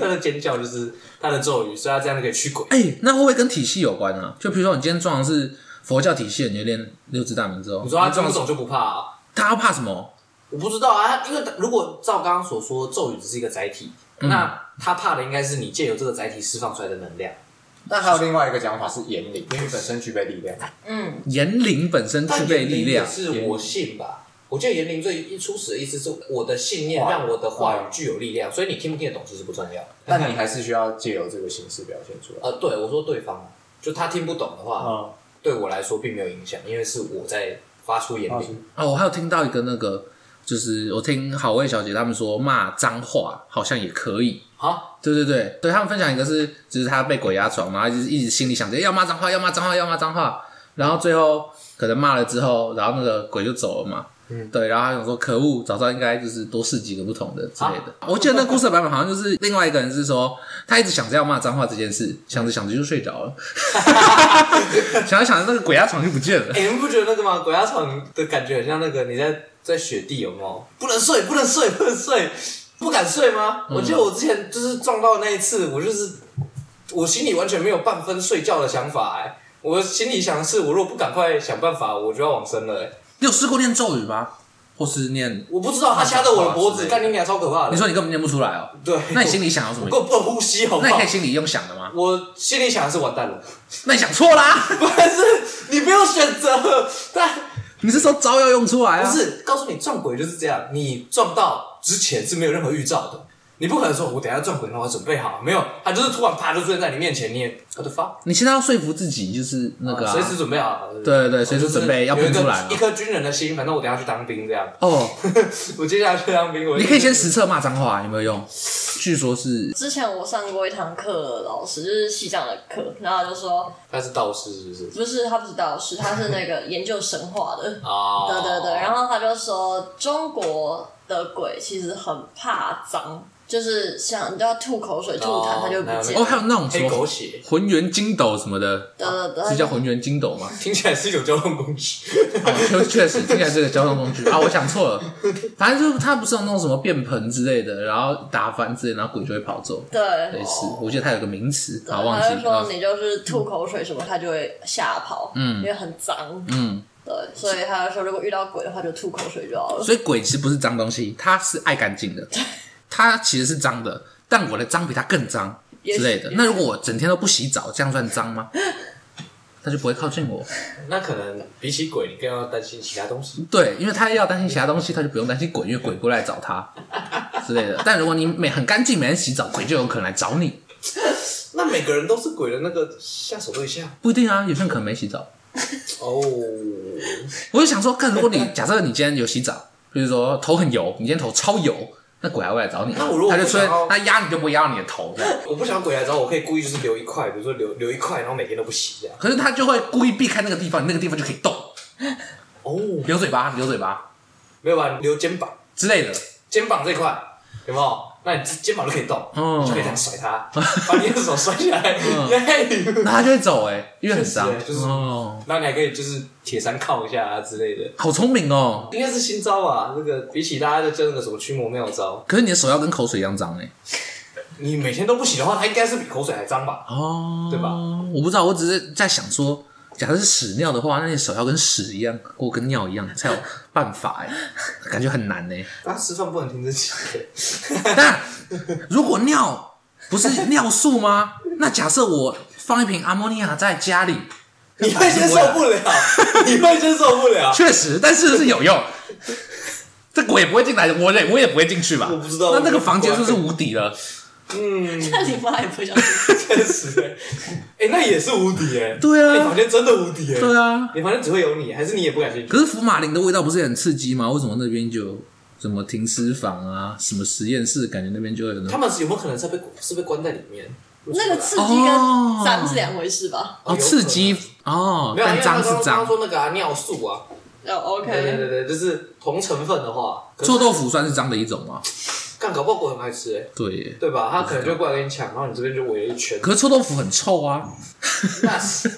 他的尖叫就是他的咒语，所以他这样就可以驱鬼。哎、那会不会跟体系有关啊？就比如说你今天撞的是佛教体系，你就练六字大明咒。你说他这种就不怕啊？大家怕什么？我不知道啊，因为如果照刚刚所说，咒语只是一个载体，那他怕的应该是你借由这个载体释放出来的能量。但还有另外一个讲法是言灵，因为本身具 备力量。嗯，言灵本身具但备言力灵量也，是我信吧。我记得言灵最一初始的意思是我的信念话语让我的话语具有力量，所以你听不听得懂其实不重要。但你还是需要借由这个形式表现出来。呃，对我说对方啊，就他听不懂的话，哦啊，对我来说并没有影响，因为是我在发出言令。哦，我还有听到一个那个，就是我听好味小姐他们说骂脏话好像也可以。好，对对对，对他们分享一个是，就是他被鬼压床，然后就是一直心里想着要骂脏话，要骂脏话，要骂脏话，然后最后可能骂了之后，然后那个鬼就走了嘛。嗯，对，然后他想说可恶，早知道应该就是多试几个不同的之类的。我记得那故事的版本好像就是另外一个人是说，他一直想着要骂脏话这件事，想着想着就睡着了，想着想着那个鬼压床就不见了。哎、你们不觉得那个吗？鬼压床的感觉很像那个你在在雪地有没有？不能睡，不能睡，不能睡，不敢睡吗？我记得我之前就是撞到那一次，我就是我心里完全没有半分睡觉的想法、哎，我心里想的是，我如果不赶快想办法，我就要往生了、哎，你有试过念咒语吗？或是念？我不知道他掐着我的脖哇之子，类的干你娘超可怕的。你说你根本念不出来哦。对，那你心里想要什么我？根本不能呼吸，好不那你好可以？心里用想的吗？我心里想的是完蛋了， 那你想错啦！但是你没有选择，但你是说招要用出来啊？不，是告诉你撞鬼就是这样，你撞到之前是没有任何预兆的，你不可能说我等一下撞鬼，那我准备好没有，他就是突然啪就出现在你面前，你也我的发，你现在要说服自己，就是那个啊随时准备好，对对对对，随时准备要有一喷个出来了一。颗军人的心，反正我等一下去当兵这样，哦，我接下来去当兵，我你可以先实测骂脏话有没有用？据说是之前我上过一堂课，老师就是西藏的课，然后他就说他是道士是不是？。不是他不是道士，他是那个研究神话的哦，对对对，然后他就说中国的鬼其实很怕脏，就是像你都要吐口水、吐痰，哦它就不见哦，了。还有那种什黑狗么血浑圆筋斗什么的，对对对，哦是叫浑圆筋斗吗？听起来是一种交通工具，哦确确实听起来是个交通工具 啊，我想错了。反正就是他不是有那种什么便盆之类的，然后打翻之类，然后鬼就会跑走。对类似，我记得它有个名词，啊，忘他记就说了。你就是吐口水什么，他就会吓跑，嗯因为很脏，嗯，对，所以他就说如果遇到鬼的话就吐口水就好了。所以鬼其实不是脏东西，它是爱干净的，它其实是脏的，但我的脏比它更脏也之许类的。那如果我整天都不洗澡，这样算脏吗？它就不会靠近我。那可能比起鬼，你更要担心其他东西。对，因为他要担心其他东西，他就不用担心鬼，因为鬼不会来找他之类的。但如果你每很干净，每天洗澡，鬼就有可能来找你。那每个人都是鬼的那个下手对象不一定啊，有些人可能没洗澡。哦。我就想说，看如果你假设你今天有洗澡，比如说头很油，你今天头超油，那鬼还会来找你。那我如果他就不吹想要，他压你就不会压到你的头这样。我不想鬼来找我，我可以故意就是留一块，比如说留留一块，然后每天都不洗这样。可是他就会故意避开那个地方，你那个地方就可以动，哦，留嘴巴，留嘴巴没有吧？留肩膀，之类的。肩膀这块有没有？那你肩膀都可以动，哦你就可以这样甩它，把你的手甩起来， 耶！那他就会走哎、因为很脏确实欸就是哦，然后你还可以就是铁山靠一下啊之类的，好聪明哦。应该是新招吧？这个比起大家的真的什么驱魔妙招，可是你的手要跟口水一样脏哎、你每天都不洗的话，它应该是比口水还脏吧？哦，对吧？我不知道，我只是在想说，假如是屎尿的话，那你手要跟屎一样，或跟尿一样，才有办法 哎、感觉很难呢、大家吃饭不能听这些，但如果尿不是尿素吗？那假设我放一瓶阿莫尼亚在家里，你会接受不了，你会接受不 了。确实，但是是有用。这鬼也不会进来，我也我也不会进去吧？我不知道那那个房间是不是无敌了？嗯， 那你妈也不想，哦确实、欸，哎、那也是无敌哎、对啊你房间真的无敌哎、对啊，你房间只会有你，还是你也不感兴趣？可是福马林的味道不是很刺激吗？为什么那边就有什么停尸房啊，什么实验室，感觉那边就会有那种他们是有没有可能是被是被关在里面？那个刺激哦跟脏是两回事吧？哦，有可能啊刺激哦，没有，因但为他脏刚是刚刚脏，说那个啊，尿素啊，哦对对对，OK，对，就是同成分的话，可是臭豆腐算是脏的一种吗？干搞不好我很爱吃哎、对啊耶，对吧？他可能就过来跟你抢，然后你这边就围了一圈。可是臭豆腐很臭啊，那 是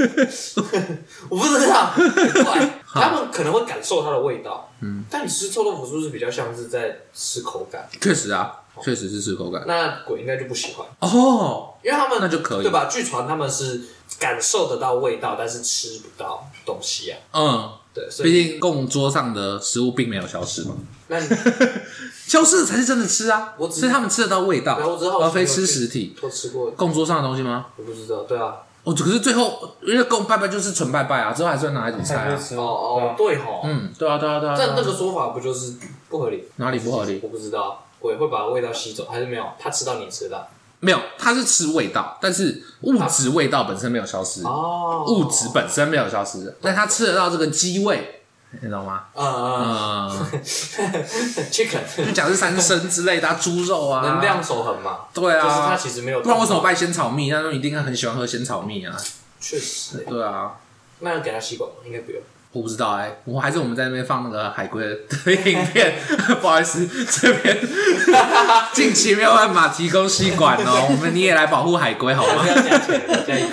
我不知道，很怪，他们可能会感受它的味道。嗯，但你吃臭豆腐是不是比较像是在吃口感？确实啊，确实是吃口感那鬼应该就不喜欢，哦。因为他们那就可以对吧？据传他们是感受得到味道，但是吃不到东西啊。嗯，对，所毕以竟供桌上的食物并没有消失嘛，那你消失的才是真的吃啊，我只是所以他们吃得到味道，对我只是好 奇而非吃实体。都吃过，供桌上的东西吗？我不知道。对啊，哦，可是最后因为供拜拜就是纯拜拜啊，之后还是会拿来煮菜他就啊。吃哦哦，，对吼，嗯，对啊，对啊，对啊。对啊但那个说法不就是不合理？哪里不合理？我不知道，鬼会把味道吸走还是没有？他吃到你也吃到没有，它是吃味道，但是物质味道本身没有消失。哦，物质本身没有消失，但它吃得到这个鸡味，你懂吗？嗯嗯呃， 嗯 ，chicken 就讲是三牲之类的、啊，猪肉 啊，能量守恒嘛，对就是他啊，其实没有，不然为什么？拜仙草蜜？那他们一定很喜欢喝仙草蜜啊。确实，对啊，那要给他吸管吗？应该不用。我不知道哎、我还是我们在那边放那个海龟的影片， 不好意思，这边近期没有办法提供吸管哦，我们你也来保护海龟好不吗？要加钱，加一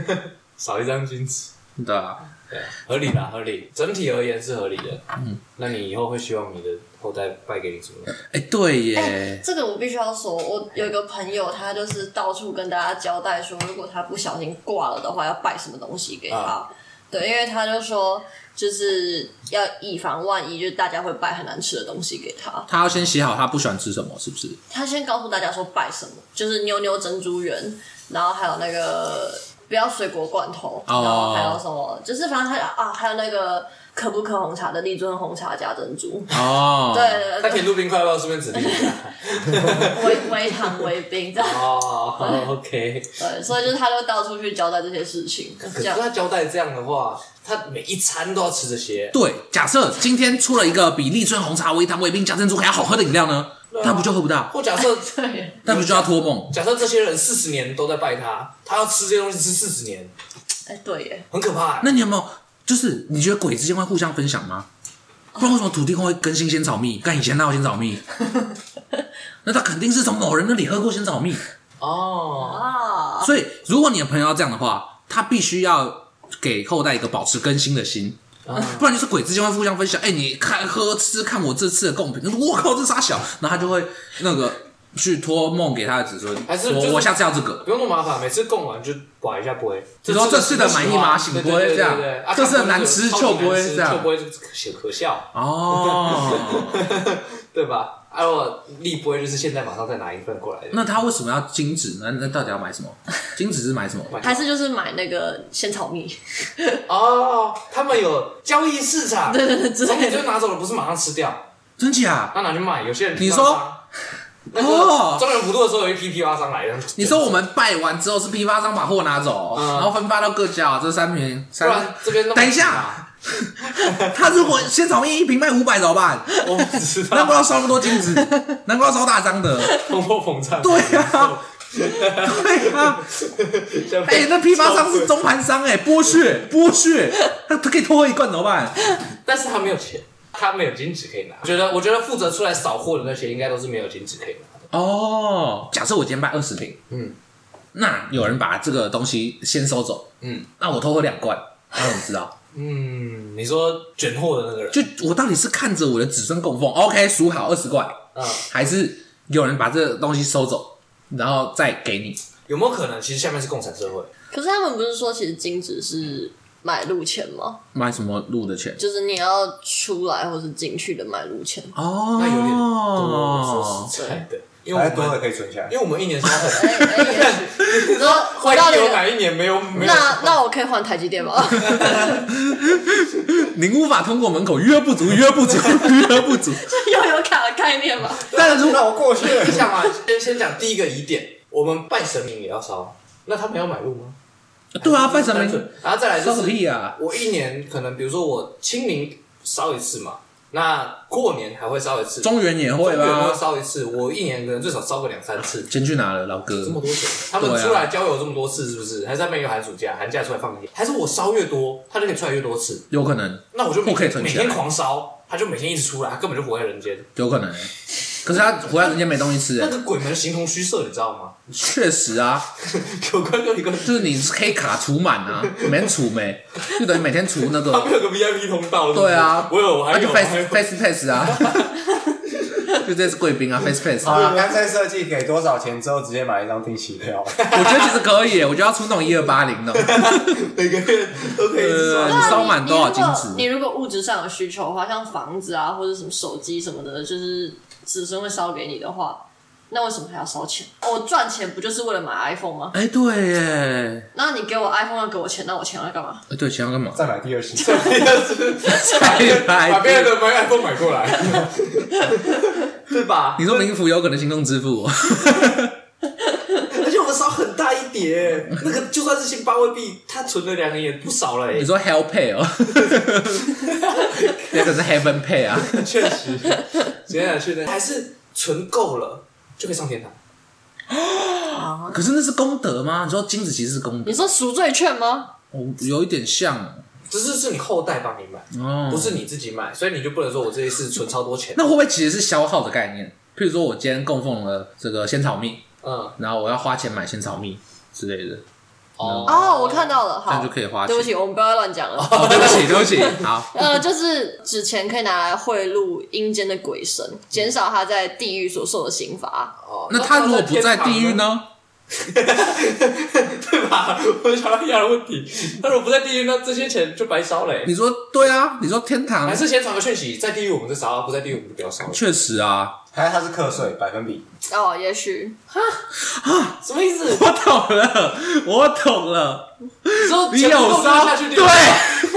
块，少一张金纸。对啊，对，合理啦，合理。整体而言是合理的。嗯，那你以后会希望你的后代败给你什么的？哎、对哎耶，这个我必须要说，我有一个朋友，他就是到处跟大家交代说，如果他不小心挂了的话，要拜什么东西给他。啊对，因为他就说，就是要以防万一，就是大家会拜很难吃的东西给他。他要先写好他不喜欢吃什么，是不是？他先告诉大家说拜什么，就是妞妞珍珠圆，然后还有那个不要水果罐头，哦然后还有什么，就是反正还有啊，还有那个可不可红茶的立尊红茶加珍珠。哦，对，对那对甜度冰块要不要顺便指定一下？对，微微糖微冰这样。哦，OK。对，所以就是他就到处去交代这些事情，可这是样。他交代这样的话，他每一餐都要吃这些，对，假设今天出了一个比立春红茶、微糖、味冰、加珍珠还要好喝的饮料呢，那不就喝不到？或假设对，那不就要托梦？假设这些人四十年都在拜他，他要吃这些东西吃四十年，哎，对耶，很可怕、欸。那你有没有就是你觉得鬼之间会互相分享吗？不然为什么土地公会更新仙草蜜？干以前哪有仙草蜜？那他肯定是从某人那里喝过仙草蜜。哦，啊，所以，如果你的朋友要这样的话，他必须要给后代一个保持更新的心，啊 不然就是鬼之间会互相分享。哎、你看喝吃，看我这次的贡品，就说我靠，这傻小，然后他就会那个去托梦给他的子孙，还是说就是我下次要这 个。不用那么麻烦，每次供完就刮一下杯。你说这次的满意吗醒对不会对对这样对对啊这次的难吃就不会这样就不会写可笑，哦，对吧？啊，我立不会就是现在马上再拿一份过来的。那他为什么要金纸呢？那到底要买什 么？金纸是买什么？还是就是买那个仙草蜜，哦，他们有交易市场，对对对，之他们类就的。拿走了，不是马上吃掉，真假？他拿去卖。有些人你说那哦个中原普渡的时候，有一批批发商来的。你说我们拜完之后是批发商把货拿走，嗯然后分发到各家，这三瓶不三然这边啊那么等一下，他如果仙草蜜一瓶卖五百怎么 办？我不知道，难怪要烧那么多金子，难怪要烧大张 的。通货膨胀。对啊，对 啊，哎、那批发商是中盘商哎、剥削剥削，他他可以偷喝一罐怎么办？但是他没有钱，他没有金纸可以拿。我觉得，我觉得负责出来扫货的那些，应该都是没有金纸可以拿的。哦，假设我今天卖二十瓶，嗯，那有人把这个东西先收走，嗯，那我偷喝两罐，他怎么知道？嗯，你说卷货的那个人，就我到底是看着我的子孙供奉，OK，数好二十罐，嗯，还是有人把这个东西收走，然后再给你？有没有可能其实下面是共产社会？可是他们不是说，其实金子是买路钱吗？买什么路的钱？就是你要出来或是进去的买路钱。哦，那有点多，说实在的，因为还我是多的们可以存起来因。为我们一年三哎本，哎，也是然后我到万底一有哪一年没有没有？那那我可以换台积电吗？ 您无法通过门口，约不足，约不 足，约不足。这悠游卡的概念吗？但是让我过去，你想嘛，先先讲第一个疑点，我们拜神明也要烧，那他们要买路吗？对啊，拜神单明纯，然后再来就烧个是屁啊！我一年可能比如说我清明烧一次嘛，那过年还会烧一次，中原也会中元会啊吧？烧一次，我一年可能最少烧个两三次。钱去哪了，老哥这？么多钱，他们对啊出来交友这么多次，是不是？还是他们有寒暑假，寒假出来放假，还是我烧越多，他就可以出来越多次？有可能，那我就每不可以天存每起来天狂烧，他就每天一直出来，他根本就活在人间。有可能欸。可是他回来人间没东西吃那欸，个鬼门形同虚设，你知道吗？ 确实啊，有关有一个， 就是你黑卡除满啊，免除没，就等于每天除那他 个，们有个 VIP 通道。是不是对啊我有，我那还有就我还 face 有。 face pass 啊，就这是贵宾啊，face pass 好哎啊。了，干脆设计给多少钱之后直接买一张定期 票，我觉得其实可以欸，我觉得要出那种一二八零的，每个月都可以一直呃，刷。你烧满多少金你如果子你？如果物质上有需求的话，像房子啊，或者什么手机什么的，就是子孙会烧给你的话，那为什么还要烧钱？我赚钱不就是为了买 iPhone 吗？哎，对耶，那你给我 iPhone 要给我钱，那我钱要干嘛？哎对，钱要干 嘛？再买第 二十。再把别人来。的买 iPhone 买过来， 对吧？ 你说冥府有可能行动支付？哦而且我们烧很大一叠，那个就算是新八位币，它存了两年也不少了你耶。说 Hell Pay 哦？那个是 Heaven Pay 啊？确实，今天去的还是存够了就可以上天堂。可是那是功德吗？你说金子其实是功德，你说赎罪券吗？哦，有一点像只是是你后代帮你买，哦。不是你自己买，所以你就不能说我这一次存超 多钱。那会不会其实是消耗的概念？譬如说我今天供奉了这个仙草蜜，嗯，然后我要花钱买仙草蜜之类的，哦哦，我看到了，这好样就，可以花钱对不。起，我们不要乱讲了。哦，对不起，对不起，好，呃，就是纸钱可以拿来贿赂阴间的鬼神，减少他在地狱所受的刑罚。哦，那他如果不在地狱呢？呢？ 对吧？我想到一样的问题， 他如果不在地狱，那这些钱就白烧了欸。你说对啊，你说天堂还是先传个讯息，在地狱我们就烧，不在地狱我们就不要烧了。确实啊，还是他是课税百分比，哦，也许什么意思？我懂了，我懂了，你说你钱不有够烧就下去地狱对，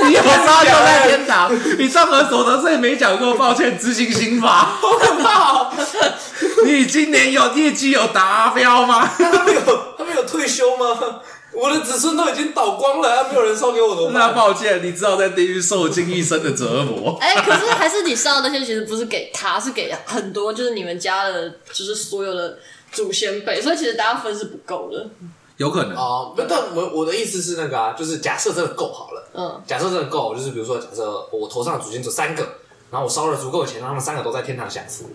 你有烧就 在天堂，你上何所得税没讲过，抱歉，执行刑法，好可怕！你今年有业绩有达标吗？ 他们有他们有退休吗？ 我的子孙都已经倒光了，还没有人烧给我怎么那办？抱歉，你只好在地狱受尽一生的折磨。哎、可是还是你烧的那些其实不是给他，是给很多，就是你们家的，就是所有的祖先辈，所以其实大家分是不够的。有可能，哦，不但我我的意思是那个啊，就是假设真的够好了，嗯，假设真的够，就是比如说假设我头上的祖先只有三个，然后我烧了足够的钱，让他们三个都在天堂享福，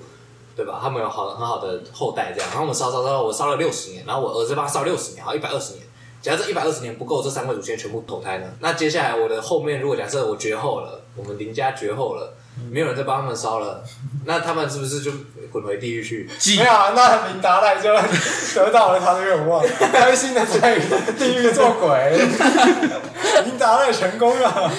对吧？他们有好很好的后代这样，然后我们烧烧烧，我烧了六十年，然后我儿子帮他烧六十年，好一百二十年。假设这一百二十年不够，这三位祖先全部投胎呢？那接下来我的后面，如果假设我绝后了，我们林家绝后了，没有人再帮他们烧了，那他们是不是就滚回地狱去？ 记没有啊，那林达赖就得到了他的愿 望，开心的在地狱做鬼，林达赖成功了。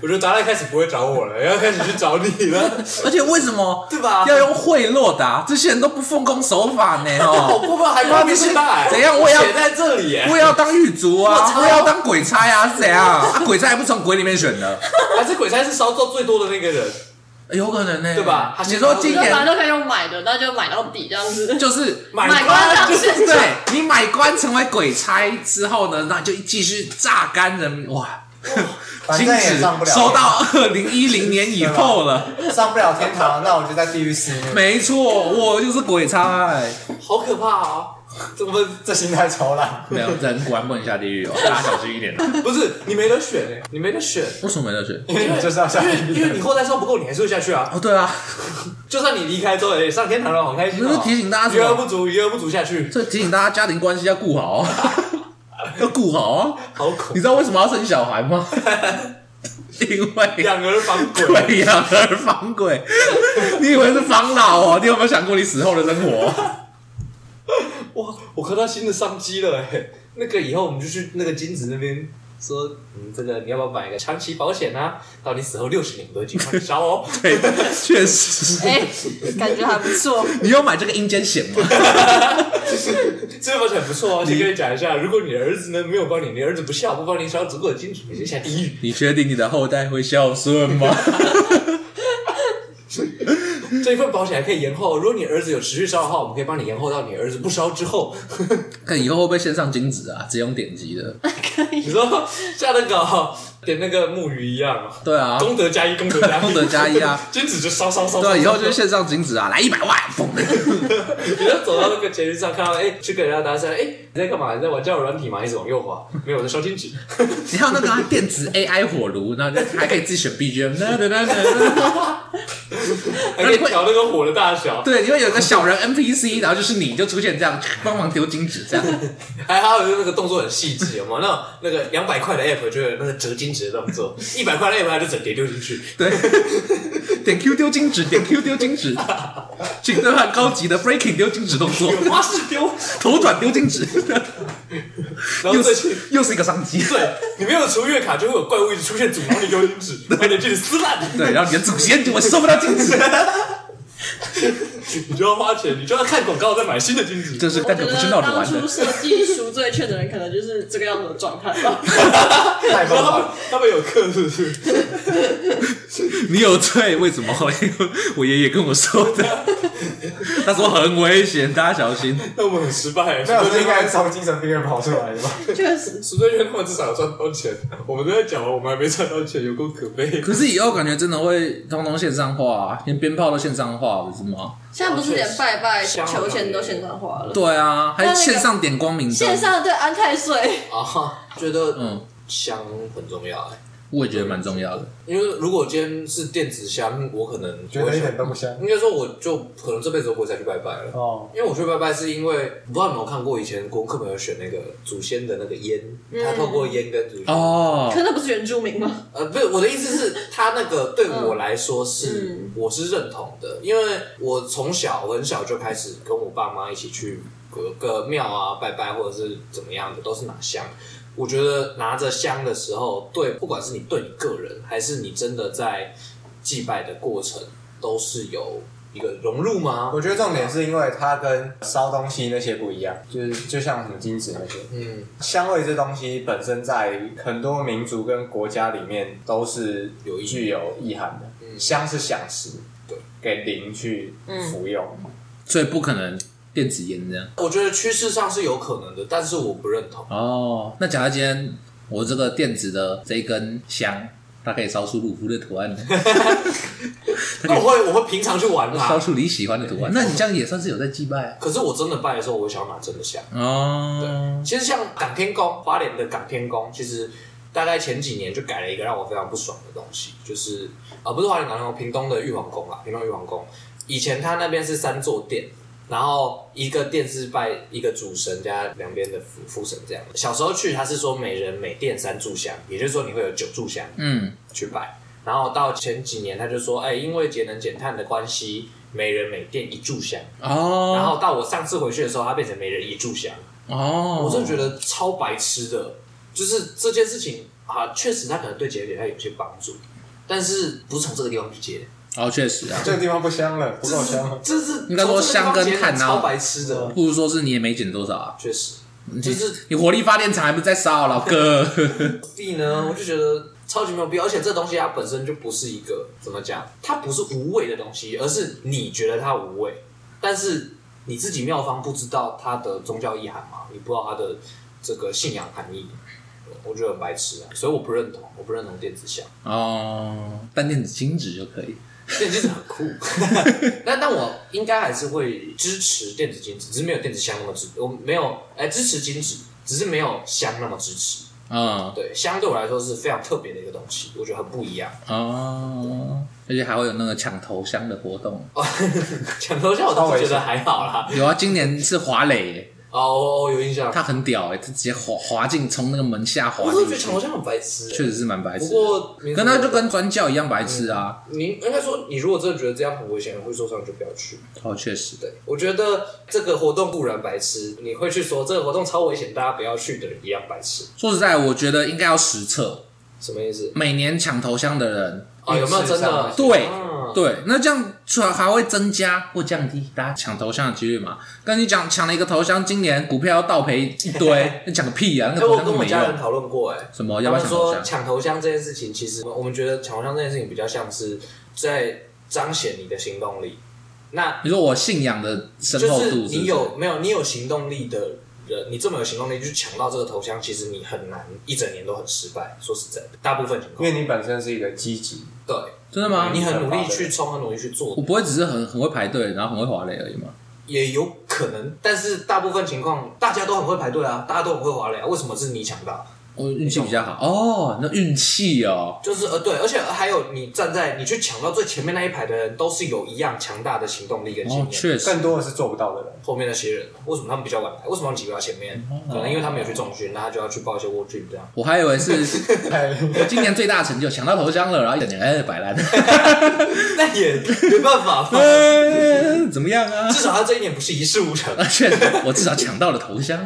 我觉得达赖开始不会找我了，要开始去找你了，而且为什么对吧？要用贿赂的、啊？这些人都不奉公守法 呢，好哦，过分，还光明正大、欸，怎样我也要写在这里、欸，我也要当狱卒啊，我也要当鬼差啊，是怎样？啊，鬼差还不从鬼里面选的，还是鬼差是烧作最多的那个人，有可能呢、欸对吧你说今你说反年正都可以用买的，那就买到底这样子。 就是买买官官上市 场对你买官成为鬼差之后呢，那就继续榨干人民哇。反金正也纸上不了收到二零一零年以后了，上不了天堂，那我就在地狱肆虐。没错，我就是鬼差、哎好可怕啊、怎么这心态超烂，没有人果然不能下地狱哦，大家小心一点。不是你没得选、欸？你没得 选，为什么没得选？因为你就是要下因为地因为你狱。后代烧不够，你还是会下去啊。哦，对啊，就算你离开之后，哎、上天堂了，好开心、不哦是提醒大家余什额么？不足，余额不足下去，这提醒大家家庭关系要顾好、哦， 要顾好哦。好 恐你知道为什么要生小孩吗？因为养儿防 鬼。对呀，而防鬼。你以为是防老哦？你有没有想过你死后的生活？哇，我看到新的商机了、欸，那个以后我们就去那个金子那边。说，嗯，这个你要不要买个长期保险啊？到你死后六十年，我都尽快烧哦。对，确实。哎、感觉还不错。你有买这个阴间险吗？这个保险不错哦，先跟你讲一下，如果你儿子呢没有帮你，你儿子不孝，不帮你烧足够的金主，你就下地狱。你确定你的后代会孝顺吗？ 这一份保险还可以延后，如果你儿子有持续烧的话，我们可以帮你延后到你儿子不烧之后。看以后会不会线上金子啊？只用点击的。你说像那个哦点那个木鱼一样哦，对啊，功德加一，功德加一，功德加一 啊！金子就烧烧烧。对啊，烧以后就是烧线上金子啊，来一百万，嘣！你就走到那个捷运上，看到哎，去给人家搭讪，哎，你在干嘛？你在玩交友软体吗？一直往右滑，没有，我在 烧金纸。你还有那个、啊、电子 AI 火炉，然后就还可以自己选 BGM 哒哒哒哒哒。还可以调那个火的大小，对，你会有一个小人 NPC，然后就是你就出现这样，帮忙丢金纸这样。 还好有那个动作很细致，有没有？那那个两百块的 app 就有那个折金纸的动作，一百块的 app 它就整叠丢进去。 点 Q 丢金纸，点 Q 丢金纸，请兑换高级的 breaking 丢金纸动 作，花式丢，头转丢金纸，然后又再去。是又是一个商机。对，你没有除月卡，就会有怪物一直出现，阻挠你丢金纸，把你的金纸撕烂，对，然后你的祖先就会收不到金 纸，你就要花钱，你就要看广告再买新的金纸。这是我但觉可不得是闹着当玩初的。设计赎罪券的人，可能就是这个样子的状态吧。太疯然后他狂们他们有课是不是？你有罪，为什么？我爷爷跟我说 的，他说很危险，大家小心。那我们很失败。没有，这赎应罪该是券从精神病院跑出来的吧？ 确实，赎罪券他们至少有赚到钱，我们都在讲了，我们还没赚到钱，有够可 悲。可是以后感觉真的会通通线上化、啊，连鞭炮都线上化，不是吗？现在不是连拜拜、香港求钱都线上化了，对啊，还那那个线上点光明灯。线上对安太岁。啊，觉得嗯香很重要哎。我也觉得蛮重要的。因为如果今天是电子香，我可能觉不得会一想点都不香应该说我就可能这辈子都不会再去拜拜了。哦。因为我去拜拜是因为不知道你有没有看过以前国文课本有选那个祖先的那个烟，他透过烟跟祖先哦可，那不是原住民吗？呃，不是我的意思是，他那个对我来说是、嗯我是认同的，因为我从小很小就开始跟我爸妈一起去各个庙啊拜拜，或者是怎么样的，都是拿香。我觉得拿着香的时候，对，不管是你对你个人，还是你真的在祭拜的过程，都是有一个融入吗？我觉得重点是因为它跟烧东西那些不一样，就是就像什么金纸那些，嗯，香味这东西本身在很多民族跟国家里面都是有意义具有意涵的。嗯香是享食，对，给灵去服用。嗯所以不可能电子烟这样。我觉得趋势上是有可能的，但是我不认同。哦，那假如今天我这个电子的这一根香，它可以烧出鲁夫的图 案呢，那我会我会平常去玩烧啦，出你喜欢的图案，那你这样也算是有在祭拜啊。可是我真的拜的时候，我会想要拿真的香。哦，其实像港天宫，花莲的港天宫，其实大概前几年就改了一个让我非常不爽的东西，就是啊、呃不是花莲港天宫，屏东的玉皇宫啦，屏东玉皇宫，以前它那边是三座殿。然后一个殿是拜一个主神加两边的副副神这样。小时候去，他是说每人每殿三炷香，也就是说哎你会有九炷香。嗯，去拜。然后到前几年，他就说，哎、因为节能减碳的关系，每人每店一炷香。然哦，后到我上次回去的时候，它变成每人一炷香，哦，我真的觉得超白痴的。就是这件事情啊，确实它可能对节能减碳有些帮助，但是不是从这个地方去接，哦，确实啊，这个地方不香了，不够香了。这是应该说香跟碳啊从这个地方节能超白痴的，不如说是你也没减多少啊，确实就是你火力发电厂还不是在烧啊，老 哥。 B 呢，我就觉得超级没有必要，而且这东西它本身就不是一个怎么讲，它不是无味的东西，而是你觉得它无味，但是你自己妙方不知道它的宗教意涵嘛，你不知道它的这个信仰含义，我觉得很白痴啊，所以我不认同，我不认同电子香，哦，但电子金纸就可以。电子金纸很 酷，但但我应该还是会支持电子金纸，只是没有电子香那么支，我没有哎、支持金纸，只是没有香那么支持，嗯，对，香对我来说是非常特别的一个东西，我觉得很不一样。哦，而且还会有那个抢头香的活动。抢哦头像我倒是觉得还好啦。有啊，今年是华磊耶，哦，有印象。他很屌哎，他直接滑滑进从那个门下滑我都进觉得去抢，头像很白痴、欸确实，是蛮白痴不的。过嗯民跟他就跟专教一样白痴啊。你应该说，你如果真的觉得这样很危险，会受伤就不要去。哦，确实。对，我觉得这个活动固然白痴，你会去说这个活动超危险，大家不要去的人一样白痴，说实在，我觉得应该要实测，什么意思？每年抢头香的人，哦，有没有真的？对嗯对，那这样出来还会增加或降低大家抢头香的几率嘛？跟你讲，抢了一个头香，今年股票要倒赔一 堆，那讲个屁啊！那哎、个头我香跟都我没家人用。讨论过、哎，什么？他要不要们抢头说香？抢头香这件事情，其实我们觉得抢头香这件事情比较像是在彰显你的行动力。那你说我信仰的深就厚是度是不是你有没有你有行动力的人，你这么有行动力去抢到这个头像，其实你很难一整年都很失败。说实在的，大部分情因况，为你本身是一个积极，对真的吗？你很努力去冲，很努力去做我，不会只是很很会排队，然后很会滑垒而已嘛？也有可能。但是大部分情况，大家都很会排队啊，大家都很会滑垒啊，为什么是你抢到？我运气比较好哦，那运气哦，就是呃，对，而且还有你站在你去抢到最前面那一排的人，都是有一样强大的行动力跟哦信，念。确实更多的是做不到的人。后面那些人，为什么他们比较晚来？为什么他们挤不到前面？哦可能因为他们有去重训，那他就要去报一些 w o r d r e a m 这样。我还以为是哎 我今年最大的成就抢到头香了，然后一整年哎摆烂，那也没办法 嘛，哎怎么样啊？至少他这一年不是一事无成，确实，我至少抢到了头香。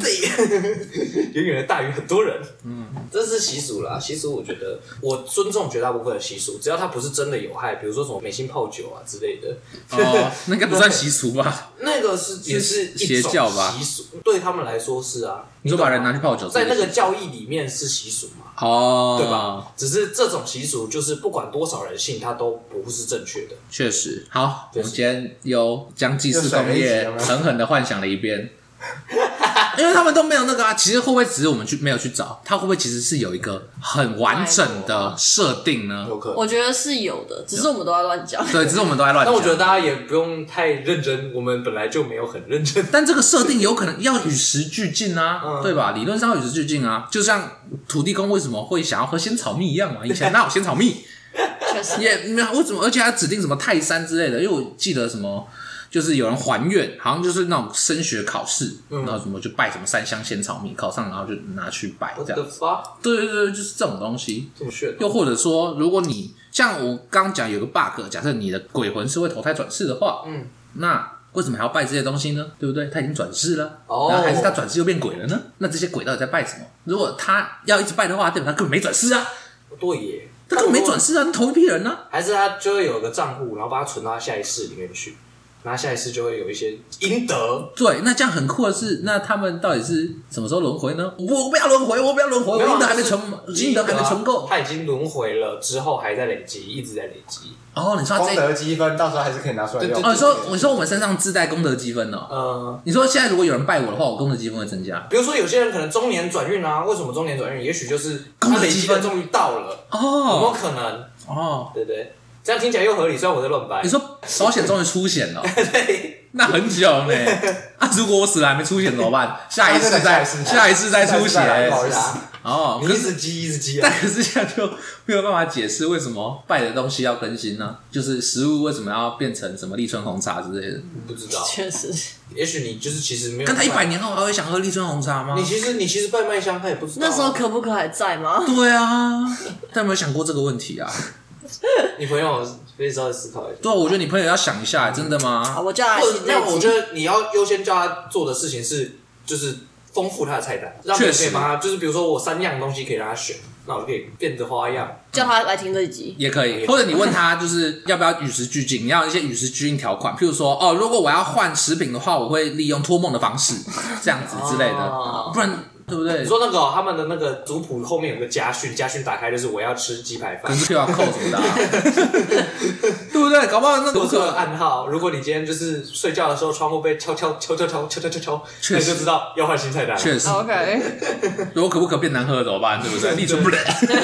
远远的大于很多人。嗯，这是习俗啦，习俗我觉得我尊重绝大部分的习俗，只要它不是真的有害，比如说什么美心泡酒啊之类的，哦，那应该不算习俗吧？那个是也是一邪种教吧习俗对他们来说是啊。你说把人懂吗拿去泡酒，在那个教义里面是习俗嘛，哦，对吧？？只是这种习俗就是不管多少人信，它都不是正确的。确实，好，我确实们今天又将祭祀工又甩了一业集了吗狠狠的幻想了一遍。因为他们都没有那个啊。其实会不会只是我们去没有去找？他会不会其实是有一个很完整的设定呢？有可能。我觉得是有的，只是我们都在乱讲。对，只是我们都在乱讲。但我觉得大家也不用太认真，我们本来就没有很认真。但这个设定有可能要与时俱进啊，对吧？理论上要与时俱进啊，就像土地公为什么会想要喝仙草蜜一样嘛。以前哪有仙草蜜？确实，也没有，为什么？而且还指定什么泰山之类的，因为我记得什么。就是有人还愿，好像就是那种升学考试，然后什么就拜什么三香仙草蜜，考上然后就拿去拜这样的。发对对对，就是这种东西。这么炫哦，又或者说，如果你像我刚讲有个 bug，假设你的鬼魂是会投胎转世的话，嗯，那为什么还要拜这些东西呢？对不对？他已经转世了，哦然后还是他转世又变鬼了呢？那这些鬼到底在拜什么？如果他要一直拜的话，代表他根本没转世啊，对耶，他根本没转世啊，他同一批人啊。还是他就会有个账户，然后把它存到他下一世里面去，然后下一世就会有一些阴德。对，那这样很酷的是，那他们到底是什么时候轮回呢？我不要轮回，我不要轮回，我有啊哦阴德还没就是啊存，阴德还没存够。他已经轮回了，之后还在累积，一直在累积。哦，你说他功这，德积分到时候还是可以拿出来用对。哦，你说你说我们身上自带功德积分哦。呃，你说现在如果有人拜我的话，我功德积分会增加。比如说有些人可能中年转运啊，为什么中年转运？也许就是功他德累积积分的终于到了，有没有哦可能？哦，对不对？这样听起来又合理，虽然我在乱掰你。说保险终于出险 了，那很久呢。啊，如果我死了还没出险怎么办？下一次再下一次下一次再出下一次再险来不好意是思啊，哦。你可一是 直积一直积啊但。可是现在就没有办法解释为什么拜的东西要更新呢？就是食物为什么要变成什么立春红茶之类的？不知道， 确实，也许你就是其实没有。跟他一百，年啊后还会想喝立春红茶吗你？其实你其实拜麦香，他也不知道啊。那时候可不可还在吗？对啊，但有没有想过这个问题啊？你朋友可以稍微思考一下。对啊，我觉得你朋友要想一下，真的好，吗？我叫他来或者写，这那一我集觉得你要优先叫他做的事情是，就是丰富他的菜单，让你确可实以帮他，就是比如说我三样东西可以让他选，那我就可以变着花样。叫他来听这一 集。也可以，或者你问他就是要不要与时俱进，你要有一些与时俱进条款，譬如说哦，如果我要换食品的话，我会利用托梦的方式，这样子之类的哦，不然对不对你？说那个哦、他们的那个族谱后面有个家训，家训打开就是我要吃鸡排可饭能。是 QR code 什么的啊、 对不对？搞不好那个如不果这个可暗号，如果你今天就是睡觉的时候窗户被敲敲敲敲敲敲敲敲敲，确那实就知道要换新菜单了。确实，哦 OK，如果可不可变难喝怎么办？对不 对？立春不了，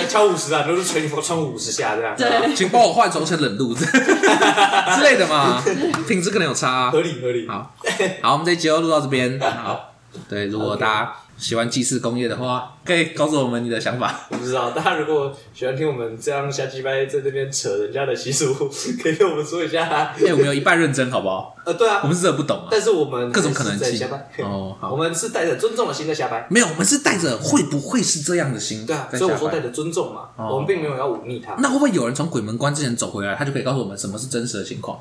敲五十啊，都是捶你窗户五十下这样，对，请帮我换成成冷 露之类的嘛，品质可能有差、啊合。理合理。好，好，我们这一集就录到这 边。好，对，如果大家喜欢祭祀工业的话，可以告诉我们你的想法。不知道，大家如果喜欢听我们这样瞎鸡掰在这边扯人家的习俗，可以跟我们说一下、啊。哎因为我们有一半认真，好不好？呃，对啊我，们是真的不懂啊，但是我们各种可能还是在性瞎掰。哦，我好，们是带着尊重的心在瞎掰。没有，我们是带着会不会是这样的心对啊，在所以我下说带班。着尊重嘛，哦我们并没有要忤逆他。那会不会有人从鬼门关之前走回来，他就可以告诉我们什么是真实的情况？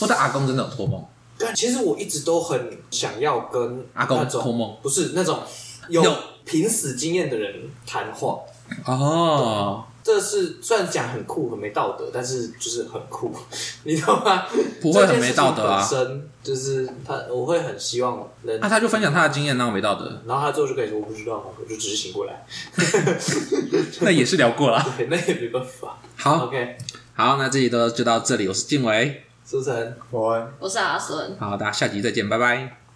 或者阿公真的有托梦？但啊其实我一直都很想要跟阿公那托种梦不是那种有有濒死经验的人谈话，哦，这是虽然讲很酷很没道德，但是就是很酷， 你知道吗？不会很没道德啊这件事情本身就是他，我会很希望能那、他就分享他的经验，那我没道 德，然后他最后就跟你说我不知道，我就只是醒过来， 那也是聊过了。对，那也没办法。好 OK，好，那这集都就到这里，我是静伟，苏晨，我我是阿孙。好，大家下集再见，拜拜。